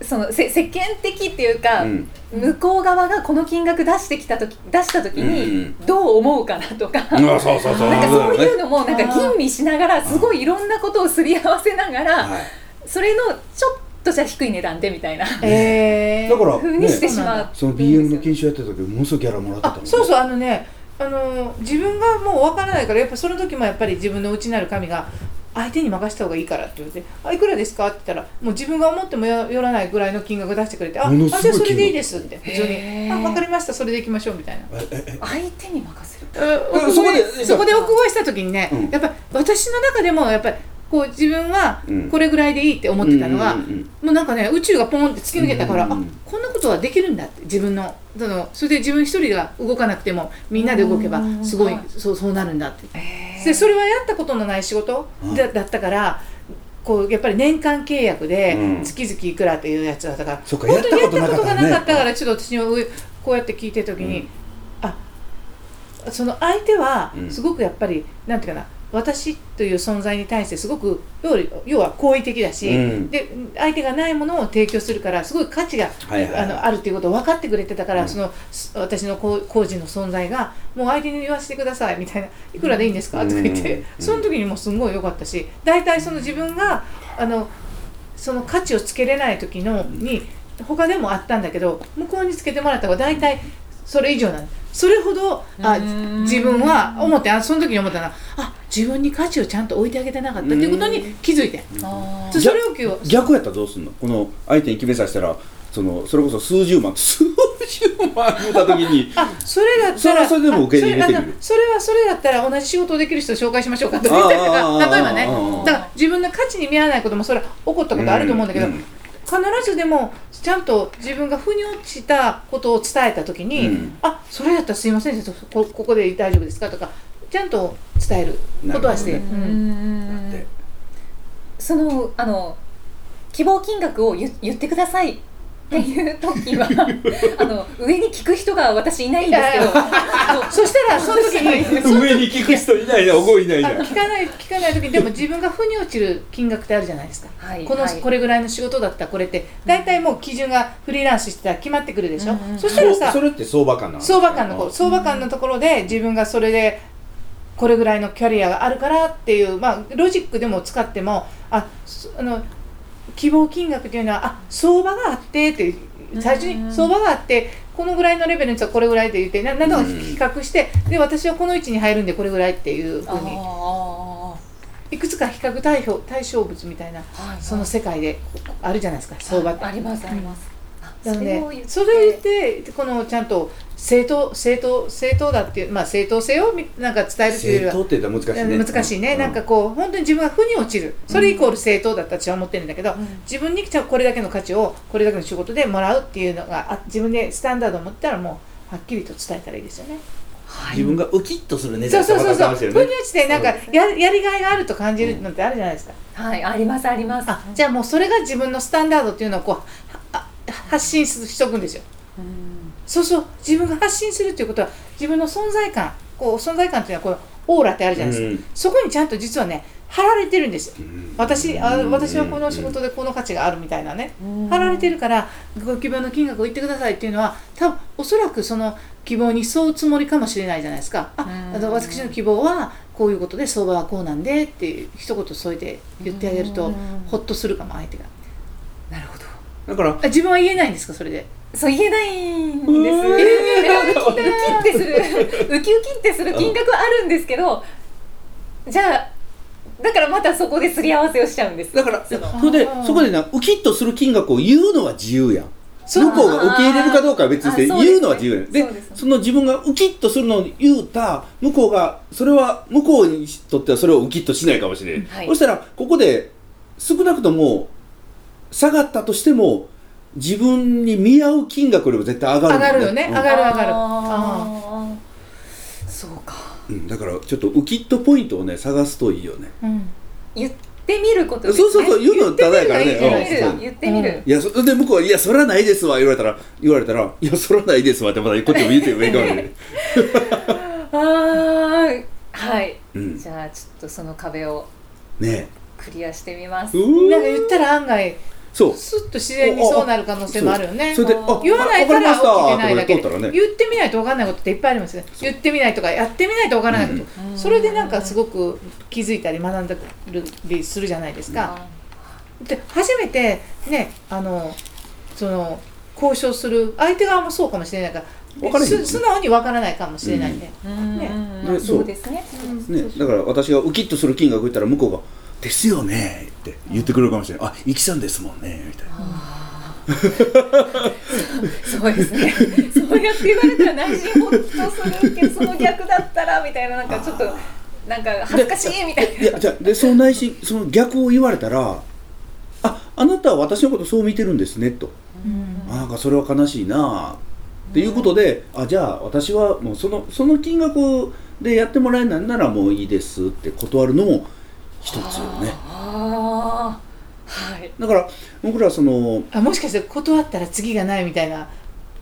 Speaker 2: そのせ世間的っていうか、
Speaker 3: うん
Speaker 2: 向こう側がこの金額出してきた時出した時に
Speaker 3: う
Speaker 2: どう思うかなとか、
Speaker 3: うんあそうそうそう
Speaker 2: なんかそういうのもなんか
Speaker 4: あー
Speaker 2: 吟味しながらすごいいろんなことをすり合わせながら
Speaker 3: はい
Speaker 2: それのちょっとじゃ低い値段でみたいな
Speaker 4: えー
Speaker 3: だから
Speaker 2: 風にして
Speaker 3: ね
Speaker 2: しまう
Speaker 3: その BM の研修やってた時ものすごいギャラもらってたも
Speaker 4: あ
Speaker 3: んね
Speaker 4: そうそうあのねあの自分がもう分からないからやっぱその時もやっぱり自分の内なる神が相手に任せた方がいいからって言って「あいくらですか?」って言ったらもう自分が思ってもよよらないぐらいの金額出してくれて「ああ
Speaker 3: もの
Speaker 4: じ
Speaker 3: すごい
Speaker 4: ゃあそれでいいです」って普通
Speaker 2: へ
Speaker 4: に「
Speaker 2: ー
Speaker 4: あ分かりましたそれでいきましょう」みたいな。
Speaker 3: えええ
Speaker 2: 相手に任せる
Speaker 3: だから
Speaker 4: うん
Speaker 3: そこで
Speaker 4: 奥越えそこで奥越えした時にね、
Speaker 3: うん
Speaker 4: やっぱ私の中でもやっぱりこう自分は
Speaker 3: うん
Speaker 4: これぐらいでいいって思ってたのが、
Speaker 3: うんうんうん
Speaker 4: もうなんかね宇宙がポンって突き抜けたから、
Speaker 3: うんうんうん
Speaker 4: あこんなことはできるんだって自分のそのそれで自分一人が動かなくてもみんなで動けば
Speaker 2: うん
Speaker 4: すごい、
Speaker 2: はい
Speaker 4: そうそうなるんだって、
Speaker 2: で
Speaker 4: でそれはやったことのない仕事だ,、だったからこうやっぱり年間契約で
Speaker 3: うん
Speaker 4: 月々いくらっていうやつだったから、
Speaker 3: そっか
Speaker 4: 本当にやった
Speaker 3: やった
Speaker 4: こ
Speaker 3: こととなかった
Speaker 4: が
Speaker 3: ね
Speaker 4: なかったからちょっと私もこうやって聞いてる時に、
Speaker 3: うん
Speaker 4: あその相手は
Speaker 3: うん
Speaker 4: すごくやっぱり、なんていうかな私という存在に対してすごく要は要は好意的だし、
Speaker 3: うん
Speaker 4: で相手がないものを提供するからすごい価値が、
Speaker 3: はいはいはい
Speaker 4: あのあるっていうことを分かってくれてたから、
Speaker 3: うん
Speaker 4: そのす私のこう工事の存在がもう相手に言わせてくださいみたいないくらでいいんですか、とか言って、
Speaker 3: うん
Speaker 4: その時にもすごい良かったし大体その自分があのその価値をつけれない時のに他でもあったんだけど向こうにつけてもらった方が大体それ以上なのそれほどあ
Speaker 2: うん
Speaker 4: 自分は思ってあその時に思ったなあ自分に価値をちゃんと置いてあげてなかったっていうことに気づいて
Speaker 2: あ
Speaker 4: そ
Speaker 2: ー
Speaker 4: それを今日
Speaker 3: 逆やったらどうすんのこの相手に決めさせたらそのそれこそ数十万数十万言った時に
Speaker 4: あそれだったら
Speaker 3: それはそれでも受け入れてみる
Speaker 4: あそれあのそれはそれだったら同じ仕事をできる人を紹介しましょうかとか言ったりと
Speaker 3: あーあーあー
Speaker 4: か例えばね
Speaker 3: あーあー
Speaker 4: だから自分の価値に見合わないこともそれは起こったことあると思うんだけど、
Speaker 3: うんうん
Speaker 4: 必ずでもちゃんと自分が腑に落ちたことを伝えた時に、
Speaker 3: うん
Speaker 4: あそれだったらすいませんそこここで大丈夫ですかとかちゃんと伝えることはして、
Speaker 3: な
Speaker 2: う
Speaker 3: る
Speaker 4: うん
Speaker 2: ん
Speaker 3: で
Speaker 2: そのあの希望金額を言言ってくださいっていう時 はあの上に聞く人が私いないんですけど
Speaker 4: いやそしたらその時 にその
Speaker 3: 上に聞く人いないな僕いない
Speaker 4: あ
Speaker 3: な
Speaker 4: の聞かない聞かない時にでも自分が腑に落ちる金額ってあるじゃないですか
Speaker 2: はい
Speaker 4: この、
Speaker 2: はい
Speaker 4: これぐらいの仕事だったらこれって大体もう基準がフリーランスしてたら決まってくるでしょ、
Speaker 2: うんうん
Speaker 4: そしたらさ
Speaker 3: それって相場感なの
Speaker 4: 相場感のこ相場感のところで自分がそれでこれぐらいのキャリアがあるからっていう、まあ、ロジックでも使ってもあそあの希望金額というのはあ相場があってって最初
Speaker 2: うんう
Speaker 4: に
Speaker 2: ん
Speaker 4: 相場があってこのぐらいのレベルの人はこれぐらいで言ってななんとか
Speaker 3: うん
Speaker 4: 比較してで私はこの位置に入るんでこれぐらいっていうふ
Speaker 2: あー
Speaker 4: うにいくつか比較対象対象物みたいな
Speaker 2: はいはい
Speaker 4: その世界でここあるじゃないですか相場って
Speaker 2: あありますあります、あ
Speaker 4: なの
Speaker 2: を言っ
Speaker 4: で
Speaker 2: て
Speaker 4: それを言ってこのちゃんと正当正当正当だっていうまあ正当性をみなんか伝えるという
Speaker 3: 正
Speaker 4: より
Speaker 3: 当
Speaker 4: は。
Speaker 3: って言ったら難しいね
Speaker 4: 難しいね、
Speaker 3: うん
Speaker 4: なんかこう本当に自分が負に落ちるそれイコール正当だったと私は思ってるんだけど、
Speaker 2: ん
Speaker 4: 自分にちゃんこれだけの価値をこれだけの仕事でもらうっていうのがあ自分でスタンダードを持ったらもうはっきりと伝えたらいいですよね。
Speaker 3: 自分がウキッとするね
Speaker 4: そうそうそうそう、
Speaker 3: だったらま
Speaker 4: 腑
Speaker 3: た話だよ
Speaker 4: に
Speaker 3: ね
Speaker 4: 落ちてなんかややりがいがあると感じるのってあるじゃないですか。
Speaker 2: はいありますあります
Speaker 4: あじゃあもうそれが自分のスタンダードっていうのをこうはあ発信すしとくんですよ。
Speaker 2: うん
Speaker 4: そうそう自分が発信するということは自分の存在感こう存在感というのはこうオーラってあるじゃないですか、
Speaker 3: うん
Speaker 4: そこにちゃんと実はね貼られてるんですよ
Speaker 3: ん
Speaker 4: 私あ
Speaker 3: うん
Speaker 4: 私はこの仕事でこの価値があるみたいなね
Speaker 2: うん
Speaker 4: 貼られてるからご希望の金額を言ってくださいっていうのは多分おそらくその希望に沿うつもりかもしれないじゃないですかあ
Speaker 2: うん
Speaker 4: あの私の希望はこういうことで相場はこうなんでっていう一言添えて言ってあげる
Speaker 2: う
Speaker 4: と
Speaker 2: ん
Speaker 4: ほっとするかも相手が
Speaker 2: なるほど
Speaker 3: だから
Speaker 4: あ自分は言えないんですかそれで
Speaker 2: そう言えないんです。
Speaker 3: うーん
Speaker 2: でもウキウキってする、 ウキウキってする金額はあるんですけど、じゃあだからまたそこですり合わせをしちゃうんです。
Speaker 3: だから
Speaker 2: その
Speaker 3: それで
Speaker 4: あー
Speaker 3: そこでなウキッとする金額を言うのは自由やん
Speaker 4: そう
Speaker 3: 向こうが受け入れるかどうかは別にして
Speaker 2: あそうですね
Speaker 3: 言うのは自由なんで
Speaker 2: そうですね
Speaker 3: その自分がウキッとするのを言うた向こうがそれは向こうにとってはそれをウキッとしないかもしれない、
Speaker 2: はい
Speaker 3: そしたらここで少なくとも下がったとしても自分に見合う金額よりも絶対上がる
Speaker 4: 上
Speaker 3: もん
Speaker 4: がるよね、
Speaker 3: うん
Speaker 4: 上がる上がるあ
Speaker 2: あーそうか
Speaker 3: うんだからちょっとウキッとポイントをね探すといいよね
Speaker 4: ーうん
Speaker 2: 言ってみることで
Speaker 3: そう
Speaker 2: すね
Speaker 3: そうそう言うのただやから
Speaker 2: 言
Speaker 3: ね
Speaker 2: ってみる
Speaker 3: うんそう
Speaker 2: 言ってみる、
Speaker 4: うん
Speaker 3: いやそで向こうは「いやそれはないですわ」言われたら言われたら「いやそれはないですわ」ってまたこっちも言うてもいいかもね、
Speaker 2: あーはい
Speaker 3: うん、ね
Speaker 2: じゃあちょっとその壁を
Speaker 3: え
Speaker 2: クリアしてみます
Speaker 3: うー
Speaker 4: なんか言ったら案外
Speaker 3: そう
Speaker 4: スッと自然にそうなる可能性もあるよね
Speaker 3: それで
Speaker 2: あ
Speaker 3: あ
Speaker 4: 言わないから起きてな
Speaker 3: わかり
Speaker 4: いだけ
Speaker 3: ましたってこれ通ったら
Speaker 4: で
Speaker 3: ね
Speaker 4: 言ってみないと分かんないことっていっぱいありますよね言ってみないとかやってみないと分からないこと、
Speaker 2: うん
Speaker 4: それでなんかすごく気づいたり学んだりするじゃないですか、で初めてねあのその交渉する相手側もそうかもしれないか
Speaker 3: 分か
Speaker 4: ら
Speaker 3: らへんよ
Speaker 4: す素直に分からないかもしれないんで、
Speaker 2: うん
Speaker 4: ね
Speaker 2: うん
Speaker 3: ね
Speaker 2: そうですね
Speaker 3: ねだから私がウキッとする金額言ったら向こうが「ですよね」って言ってくれるかもしれない「あいきさんですもんね」みたいな
Speaker 2: そうですねそうやって言われたら内心ホッとするけどその逆だったらみたいななんかちょっとなんか恥ずかしいみたい
Speaker 3: いやじゃあでその内心その逆を言われたら「ああなたは私のことそう見てるんですね」と
Speaker 4: うん
Speaker 3: あなんかそれは悲しいなあっていうことで、あじゃあ私はもうそのその金額でやってもらえないならもういいですって断るのも一つよね
Speaker 2: なあーはい
Speaker 3: だから僕らその
Speaker 4: あもしかして断ったら次がないみたいな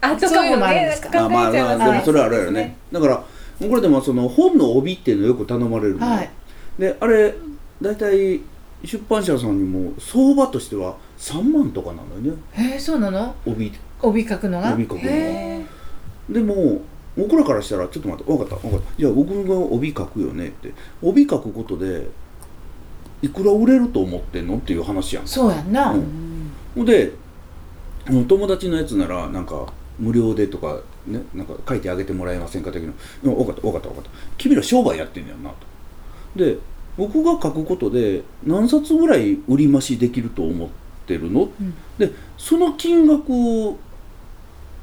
Speaker 2: あと
Speaker 4: そう
Speaker 2: か
Speaker 4: いうの
Speaker 2: も
Speaker 4: もあるん
Speaker 2: ね
Speaker 4: ですか
Speaker 2: 考えちゃいますね
Speaker 3: あまあまあでもそれはあるよねだから僕らでもその本の帯っていうのよく頼まれるの、
Speaker 4: はい
Speaker 3: であれ大体出版社さんにも相場としては3万とかなのよね
Speaker 4: えー、そうなの
Speaker 3: 帯
Speaker 4: 帯書くのが
Speaker 3: 帯書くのが
Speaker 4: へ
Speaker 3: でも僕らからしたら「ちょっと待って分かった分かったじゃあ僕が帯書くよね」って帯書くことでいくら売れると思ってんのっていう話やん
Speaker 4: ーそうやんな、
Speaker 3: うんほんでもう友達のやつならなんか無料でとかねなんか書いてあげてもらえませんか的な「分かった分かった分かった君ら商売やってんだよな」と。で僕が書くことで何冊ぐらい売り増しできると思ってるの、
Speaker 4: うん
Speaker 3: でその金額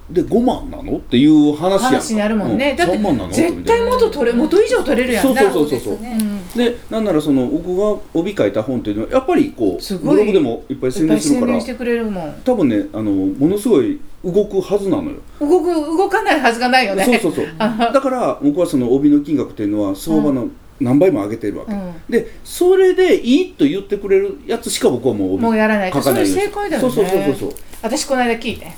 Speaker 3: で5万なのっていう話やんか
Speaker 4: 話になるもんね
Speaker 3: う
Speaker 4: だって
Speaker 3: 3万なの
Speaker 4: 絶対元取れ元以上取れるやんな
Speaker 3: そうそうそうそう
Speaker 2: です
Speaker 4: う
Speaker 2: ね
Speaker 4: ん
Speaker 3: でなんならその僕が帯書いた本っていうのはやっぱりこ
Speaker 4: す
Speaker 3: う
Speaker 4: ごい
Speaker 3: ブログでもいっぱい
Speaker 4: い
Speaker 3: 宣
Speaker 4: っぱ
Speaker 3: 伝
Speaker 4: い
Speaker 3: する
Speaker 4: 宣
Speaker 3: から
Speaker 4: 伝してくれるもん
Speaker 3: 多分ねあのものすごい動くはずなのよ
Speaker 4: 動く動かないはずがないよね
Speaker 3: そうそうそうだから僕はその帯の金額っていうのは相場の何倍も上げてるわけ、
Speaker 4: うん
Speaker 3: でそれでいいと言ってくれるやつしか僕はもう帯
Speaker 4: もうやらない
Speaker 3: 書
Speaker 4: と
Speaker 3: か
Speaker 4: そ
Speaker 3: ない
Speaker 4: れ
Speaker 3: ように
Speaker 4: 正解だよね
Speaker 3: そうそうそうそうそう
Speaker 4: 私この間聞いて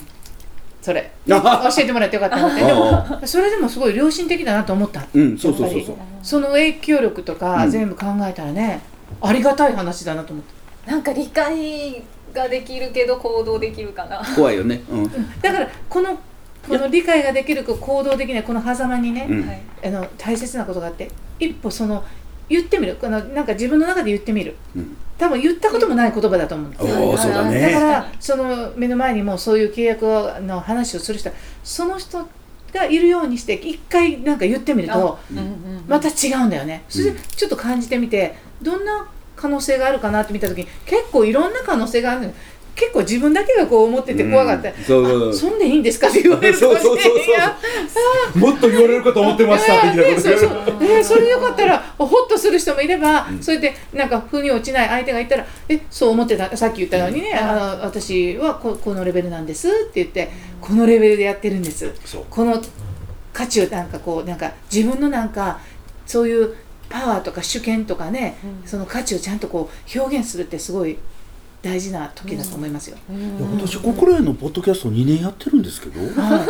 Speaker 4: それ
Speaker 3: あはは
Speaker 4: 教えてもらってよかったなって で
Speaker 3: あ
Speaker 4: もそれでもすごい良心的だなと思った
Speaker 3: うんそうそうそう
Speaker 4: や
Speaker 3: そう
Speaker 4: っその影響力と
Speaker 3: う
Speaker 4: か
Speaker 3: ん
Speaker 4: 全部考えたらね、ありがたい話だなと思った
Speaker 2: なんか理解ができるけど行動できるかな
Speaker 3: 怖いよねうん、
Speaker 4: だからこのこの理解ができるか行動できないこの狭間にね、
Speaker 3: うん
Speaker 2: はい
Speaker 4: あの大切なことがあって一歩その言ってみるこのなんか自分の中で言ってみる
Speaker 3: うん
Speaker 4: 多分言ったこともない言葉だと思うんです
Speaker 3: おーそうだ
Speaker 4: だか
Speaker 3: ね
Speaker 4: らその目の前にもうそういう契約の話をする人はその人がいるようにして一回なんか言ってみると
Speaker 2: うんうんうん
Speaker 4: また違うんだよねそれ
Speaker 3: うん
Speaker 4: でちょっと感じてみてどんな可能性があるかなって見た時に結構いろんな可能性があるのよ結構自分だけがこう思ってて怖かった、
Speaker 3: うんそうそう
Speaker 4: あそんでいいんですかって言われるかもしれ
Speaker 3: そうそうそうそう
Speaker 4: ない
Speaker 3: もっと言われるかと思ってました的なこと
Speaker 4: そうそうえーそれでよかったらホッとする人もいれば、そうやってなんか腑に落ちない相手がいたらえそう思ってたさっき言ったようにね、あの私はここのレベルなんですって言ってこのレベルでやってるんです
Speaker 3: そう
Speaker 4: この価値をなんかこうなんか自分のなんかそういうパワーとか主権とかね、
Speaker 2: うん
Speaker 4: その価値をちゃんとこう表現するってすごい大事な時だと思いますよ。
Speaker 3: いや私ここらへんのポッドキャスト2年やってるんですけど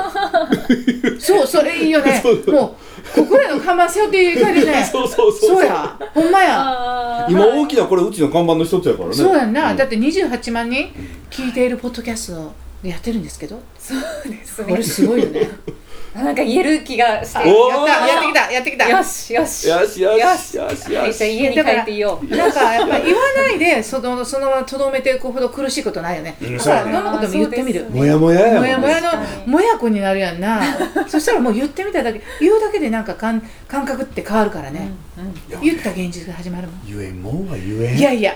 Speaker 4: はいそうそれいいよ ね
Speaker 3: そう
Speaker 4: もうここらの看板背負っていかれるね
Speaker 3: そうそうそう
Speaker 4: そうやほんまや
Speaker 2: あー
Speaker 3: 今大きなこれうちの看板の一つやからね
Speaker 4: そうやんな、
Speaker 3: ん
Speaker 4: だって28万人聞いているポッドキャストでやってるんですけど、
Speaker 2: そうです
Speaker 4: これ
Speaker 2: ね
Speaker 4: すごいよねやっ
Speaker 2: なんか言える気がして
Speaker 4: た
Speaker 3: お
Speaker 4: やってきたやってきた
Speaker 2: よしよし
Speaker 3: よしよし
Speaker 2: よし
Speaker 3: よ
Speaker 2: 会社
Speaker 3: しよし
Speaker 2: 家に帰っていよう
Speaker 4: なんかやっぱ言わないでそのそのままとどめていくほど苦しいことないよね、
Speaker 3: うん
Speaker 4: だから
Speaker 3: そうね
Speaker 4: どんなことも言ってみ
Speaker 2: あ
Speaker 4: る
Speaker 2: そうです
Speaker 3: もやもややもん
Speaker 4: もやもや
Speaker 2: 確か
Speaker 4: の
Speaker 2: に
Speaker 4: もやこになるやんなそしたらもう言ってみただけ言うだけでなんか感感覚って変わるからね、
Speaker 2: うんうん
Speaker 4: 言った現実が始まるもん
Speaker 3: 言えんもんは言えん
Speaker 4: いやいや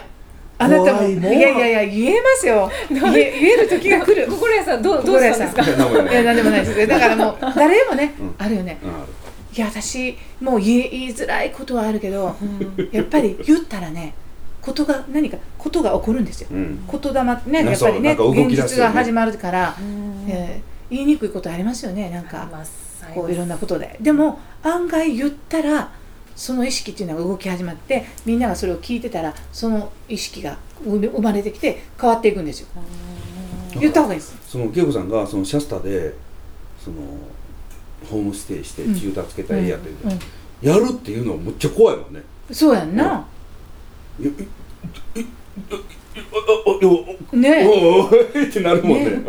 Speaker 4: あなたも
Speaker 3: 怖い
Speaker 4: い
Speaker 3: も
Speaker 4: や
Speaker 3: ん
Speaker 4: いやいや言えますよ言え言える時が来る
Speaker 2: 心屋さんどうどうしたんですか
Speaker 3: いやなんも
Speaker 4: い
Speaker 3: な
Speaker 4: や
Speaker 3: い
Speaker 4: 何でもない ですだからもう誰でもね、あるよね
Speaker 3: うんある
Speaker 4: いや私もう言い言いづらいことはあるけど、やっぱり言ったらねことが何かことが起こるんですよ、
Speaker 3: うん
Speaker 4: 言霊ってね
Speaker 3: な
Speaker 4: やっぱりね
Speaker 3: そうなんか動
Speaker 4: 現
Speaker 3: き出すよね
Speaker 4: 実が始まるから、
Speaker 2: うん
Speaker 4: えー言いにくいことありますよねなんか、
Speaker 2: まあ最
Speaker 4: こ
Speaker 2: 後
Speaker 4: ういろんなことででも案外言ったらその意識っていうのが動き始まってみんながそれを聞いてたらその意識が生生まれてきて変わっていくんですよ言った方がいいです
Speaker 3: その恵子さんがそのシャスタでそのホームステイして
Speaker 4: うん
Speaker 3: 治療助けたいやってる、
Speaker 4: うん
Speaker 3: やるっていうのはむっちゃ怖いもんね
Speaker 4: そうやんな、
Speaker 3: いやいいいいいい
Speaker 4: ね
Speaker 3: おおってなるもんね
Speaker 4: ね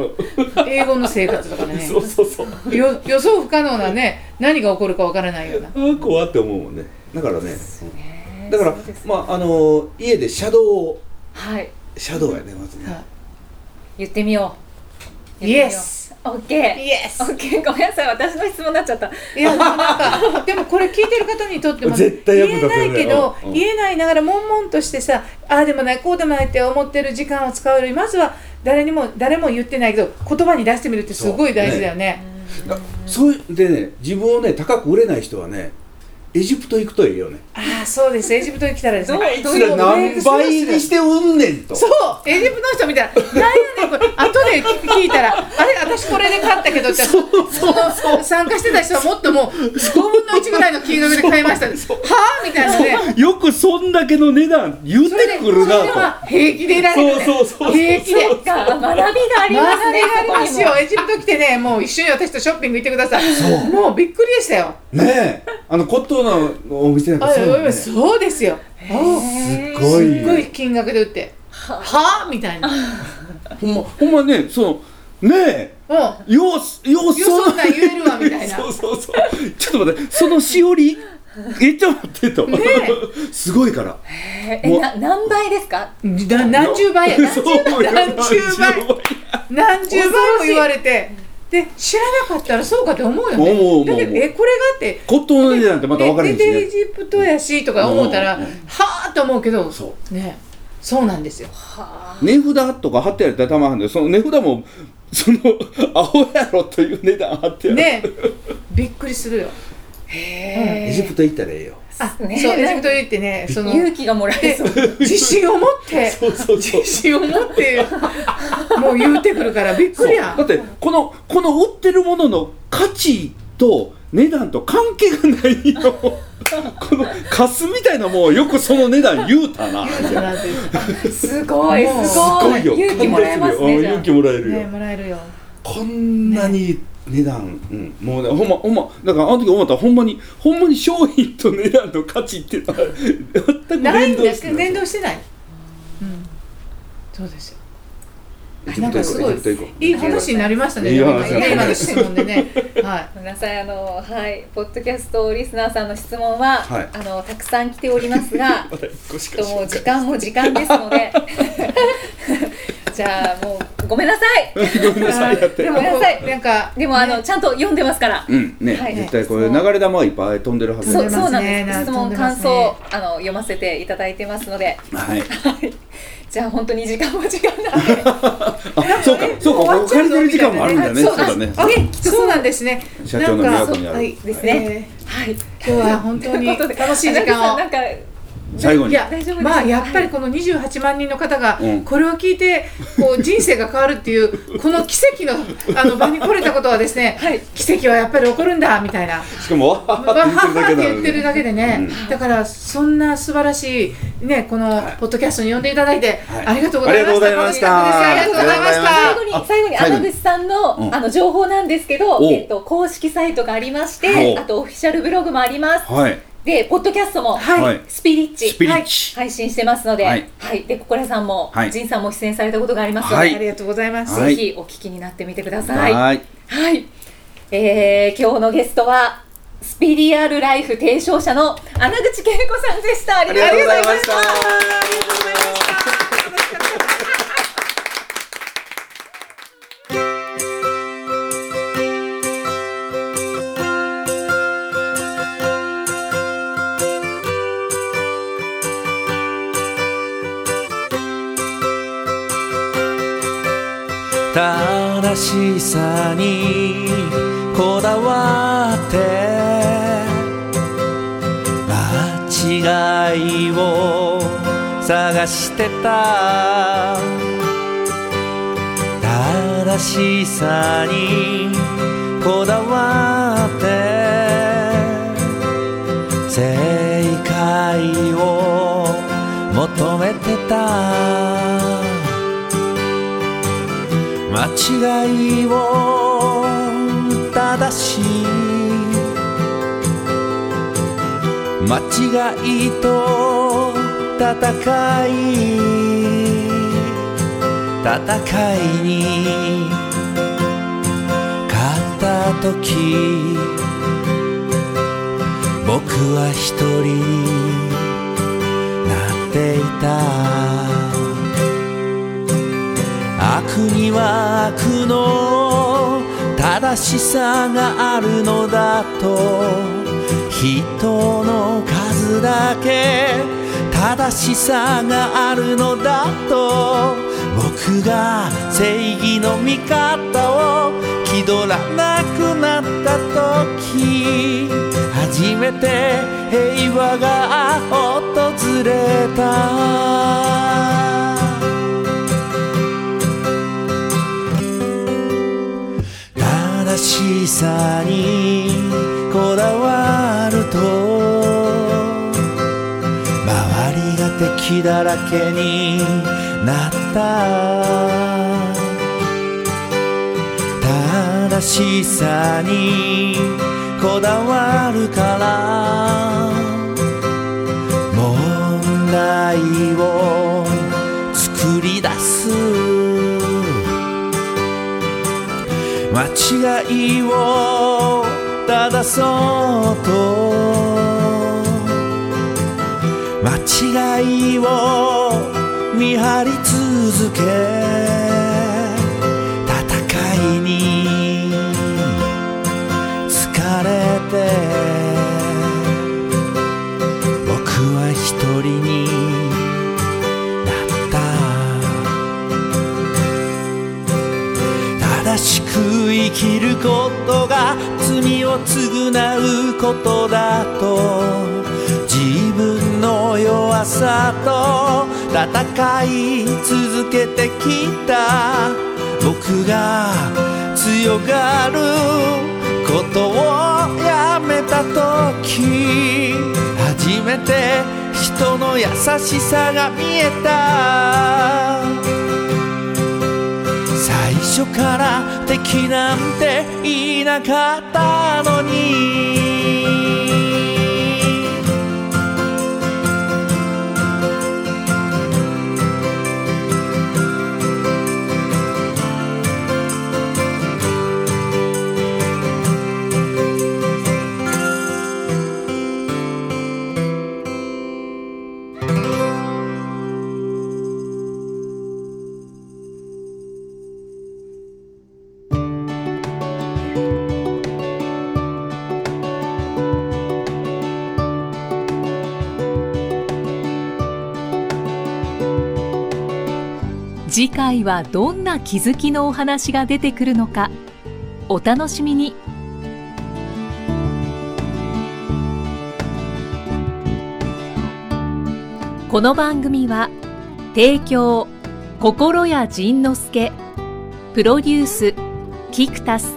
Speaker 4: 英語の生活とかね
Speaker 3: そうそうそう
Speaker 4: よ予想不可能なね何が起こるかわからないような
Speaker 3: あー怖って思うもんねだからね
Speaker 2: ね
Speaker 3: だから
Speaker 2: そうです
Speaker 3: まああのー家でシャドウを
Speaker 2: はい
Speaker 3: シャドウやねまずね
Speaker 2: 言ってみよう
Speaker 4: イエス
Speaker 2: オッケ
Speaker 4: イエス
Speaker 2: ーオッケーごめんなさい私の質問になっちゃった
Speaker 4: いやでもなんかでもこれ聞いてる方にとっても
Speaker 3: 絶対役
Speaker 4: 言
Speaker 3: 立
Speaker 4: え
Speaker 3: つよね
Speaker 4: ないけど、
Speaker 3: うんうん
Speaker 4: 言えないながら悶々としてさああでもないこうでもないって思ってる時間を使うよりまずは誰にも誰も言ってないけど言葉に出してみるってすごい大事だよね
Speaker 3: だそういうでね自分をね高く売れない人はねエジプト行くといいよね
Speaker 4: ああそうですエジプトに来たらです
Speaker 2: どう
Speaker 4: ね
Speaker 3: あいつら何倍にしてうんねんと
Speaker 4: そうエジプトの人見たら「何やねんこれ」後で聞いたら「あれ私これで買ったけど」って参加してた人はもっともう5分の1ぐらいの金額で買いましたはあみたいなね
Speaker 3: よくそんだけの値段言っ
Speaker 4: それで
Speaker 3: てくる
Speaker 4: それ
Speaker 3: な
Speaker 4: は平気でいられる、ね、
Speaker 3: そうそうそうそう
Speaker 4: 平気で
Speaker 2: そっか学びがあり
Speaker 4: 学びが
Speaker 2: ますね
Speaker 4: ありますよエジプト来てねもう一緒に私とショッピング行ってくださいもうびっくりでしたよ
Speaker 3: とねえあの骨董のお店なん
Speaker 4: あ
Speaker 3: かそうよねす
Speaker 4: そうですよお
Speaker 3: っご
Speaker 4: すっごい
Speaker 3: い
Speaker 4: 金額で売ってはあみたいなも
Speaker 3: ほんまほんまねそのねえ
Speaker 4: う
Speaker 3: ようよう
Speaker 4: よそんなん言えるわみたいな
Speaker 3: そうそうそうちょっと待ってそのしおりえちょっと待ってと、
Speaker 4: ね
Speaker 3: すごいから
Speaker 2: ええな何倍ですか
Speaker 4: だ何 十倍やな
Speaker 3: そうよ
Speaker 4: 何十倍
Speaker 3: 何十倍
Speaker 4: 何十倍も言われてで知らなかったらそうかって思うよね
Speaker 3: 思う思う
Speaker 4: だけどえこれがって
Speaker 3: 骨董の値段ってまた分かれへん
Speaker 4: ででエ
Speaker 3: しね
Speaker 4: ジプトやしとか思ったら、
Speaker 3: うんうん
Speaker 4: はあと思うけど
Speaker 3: そ
Speaker 4: ねそうなんですよ
Speaker 3: 値札とか貼ってあるたらたまはんでその値札もその アホやろという値段貼ってある、
Speaker 4: ねびっくりするよ
Speaker 2: へ
Speaker 3: エジプト行ったらええよ
Speaker 4: あ
Speaker 2: ね
Speaker 4: そうエジプト行ってねその
Speaker 2: 勇気がもらえ
Speaker 4: で
Speaker 2: そう
Speaker 4: 自信を持っ て
Speaker 3: そうそうそう
Speaker 4: 自信を持 ってもう言うてくるからびっく
Speaker 3: そう
Speaker 4: りや
Speaker 3: だってこのこの売ってるものの価値と値段と関係がないよ このカスみたいなもんよくその値段言うたなみたいな
Speaker 4: なんて
Speaker 2: すごい
Speaker 4: もう
Speaker 2: すごい
Speaker 3: すごいよ
Speaker 2: 勇気もらえますね
Speaker 3: うん
Speaker 2: じゃあ
Speaker 3: 勇気もらえるよ、
Speaker 4: ねもらえるよ
Speaker 3: こんなに値段、うん、もうねほんまほんまだからあの時思ったほんまにほんまに商品と値段の価値っていうのは全く
Speaker 4: ない
Speaker 3: 連
Speaker 4: ん
Speaker 3: 動
Speaker 4: で
Speaker 3: し
Speaker 4: す
Speaker 3: て
Speaker 4: けど連動
Speaker 3: し
Speaker 4: してない、うん、そうですよ
Speaker 3: て
Speaker 4: なんかすごいいい話になりましたね
Speaker 3: いい
Speaker 4: でも
Speaker 3: 話
Speaker 4: ね今の質問 でねはい
Speaker 2: ごめんなさいあのはいポッドキャストリスナーさんの質問は、
Speaker 3: はい
Speaker 2: あのたくさん来ております が
Speaker 3: まだ1個し
Speaker 2: ちょ
Speaker 3: か
Speaker 2: っともう
Speaker 3: 紹
Speaker 2: 時
Speaker 3: 介
Speaker 2: 間も時間ですのでじゃあもうごめんなさい
Speaker 3: ごめんなさいやって
Speaker 4: でもこうなんか
Speaker 2: でも、あのちゃんと読んでますから
Speaker 3: うんね、
Speaker 2: はい
Speaker 3: 絶対これ流れ弾はいっぱい飛んでるはず
Speaker 2: そう
Speaker 4: 飛んで
Speaker 2: そ
Speaker 4: ま
Speaker 2: う
Speaker 4: すね
Speaker 2: なんです
Speaker 4: な
Speaker 2: 質問
Speaker 4: んか飛んでま
Speaker 2: 感
Speaker 4: すね
Speaker 2: 想あの読ませていただいてますので
Speaker 3: はい
Speaker 2: はいじゃあ本当に時間も時間なんで
Speaker 3: あそうかそうか借りてる時間もあるんだねそ
Speaker 4: そうう
Speaker 3: だね
Speaker 4: あそうなんですね。
Speaker 3: 社長の
Speaker 4: なんか
Speaker 3: 都にある
Speaker 4: はい
Speaker 2: ですねはい
Speaker 4: えー今日は本当に楽しい時間を
Speaker 2: なん。か
Speaker 3: 最後
Speaker 4: い
Speaker 3: に
Speaker 4: や
Speaker 2: 大丈夫です、
Speaker 4: まあやっぱりこの28万人の方が
Speaker 3: うん
Speaker 4: これを聞いて こう人生が変わるっていうこの奇跡のあの場に来れたことはですね
Speaker 2: はい
Speaker 4: 奇跡はやっぱり起こるんだみたいな
Speaker 3: しかもわは
Speaker 4: わはは
Speaker 3: は
Speaker 4: って言ってるだけでね、だからそんな素晴らしい、ね、このポッドキャストに呼んでいただいて、
Speaker 3: はい
Speaker 4: ありがとうございました。
Speaker 3: あ
Speaker 4: あ
Speaker 3: りがとう
Speaker 4: りがとう
Speaker 3: ご
Speaker 4: ご
Speaker 3: ざ
Speaker 4: ざ
Speaker 3: い
Speaker 4: い
Speaker 3: ま
Speaker 4: ま
Speaker 3: し
Speaker 4: したた。
Speaker 2: 最後に最後に
Speaker 3: 最後
Speaker 2: 穴
Speaker 3: に
Speaker 2: 口さんの、
Speaker 3: うん
Speaker 2: あの情報なんですけ
Speaker 3: お
Speaker 2: ど、えっと、公式サイトがありまし
Speaker 3: お
Speaker 2: てあとオフィシャルブログもあります
Speaker 3: はい
Speaker 2: でポッドキャストも、
Speaker 4: はい
Speaker 3: はい
Speaker 2: スピリッチ
Speaker 3: スピリッチ
Speaker 2: 配信してますので、
Speaker 3: は
Speaker 2: はいいでココレさんも、
Speaker 3: はい
Speaker 2: ジンさんも出演されたことがありますので、
Speaker 3: はい
Speaker 4: ありがとうございます。
Speaker 3: はい
Speaker 2: ぜひお聞きになってみてください。はい、
Speaker 3: はい
Speaker 2: えー今日のゲストはスピリアルライフ提唱者の穴口恵子さんでした。ありがとうございました。
Speaker 5: 正しさにこだわって間違いを探してた正しさにこだわって正解を求めてた間違いを正し間違いと戦い戦いに勝った時僕は一人なっていた悪には悪の正しさがあるのだと人の数だけ正しさがあるのだと僕が正義の味方を気取らなくなった時初めて平和が訪れた正しさにこだわると周りが敵だらけになった正しさにこだわるから問題を作り出す間違いを正そうと間違いを見張り続け戦いに疲れて僕は一人になった正しく生きることが罪を償うことだと自分の弱さと戦い続けてきた僕が強がることをやめた時初めて人の優しさが見えた最初から敵なんていなかったのに
Speaker 1: 次回はどんな気づきのお話が出てくるのかお楽しみにこの番組は提供心谷仁之助プロデュースキクタス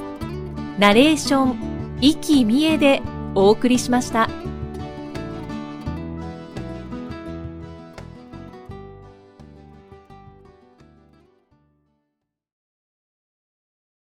Speaker 1: ナレーション生きみえでお送りしました。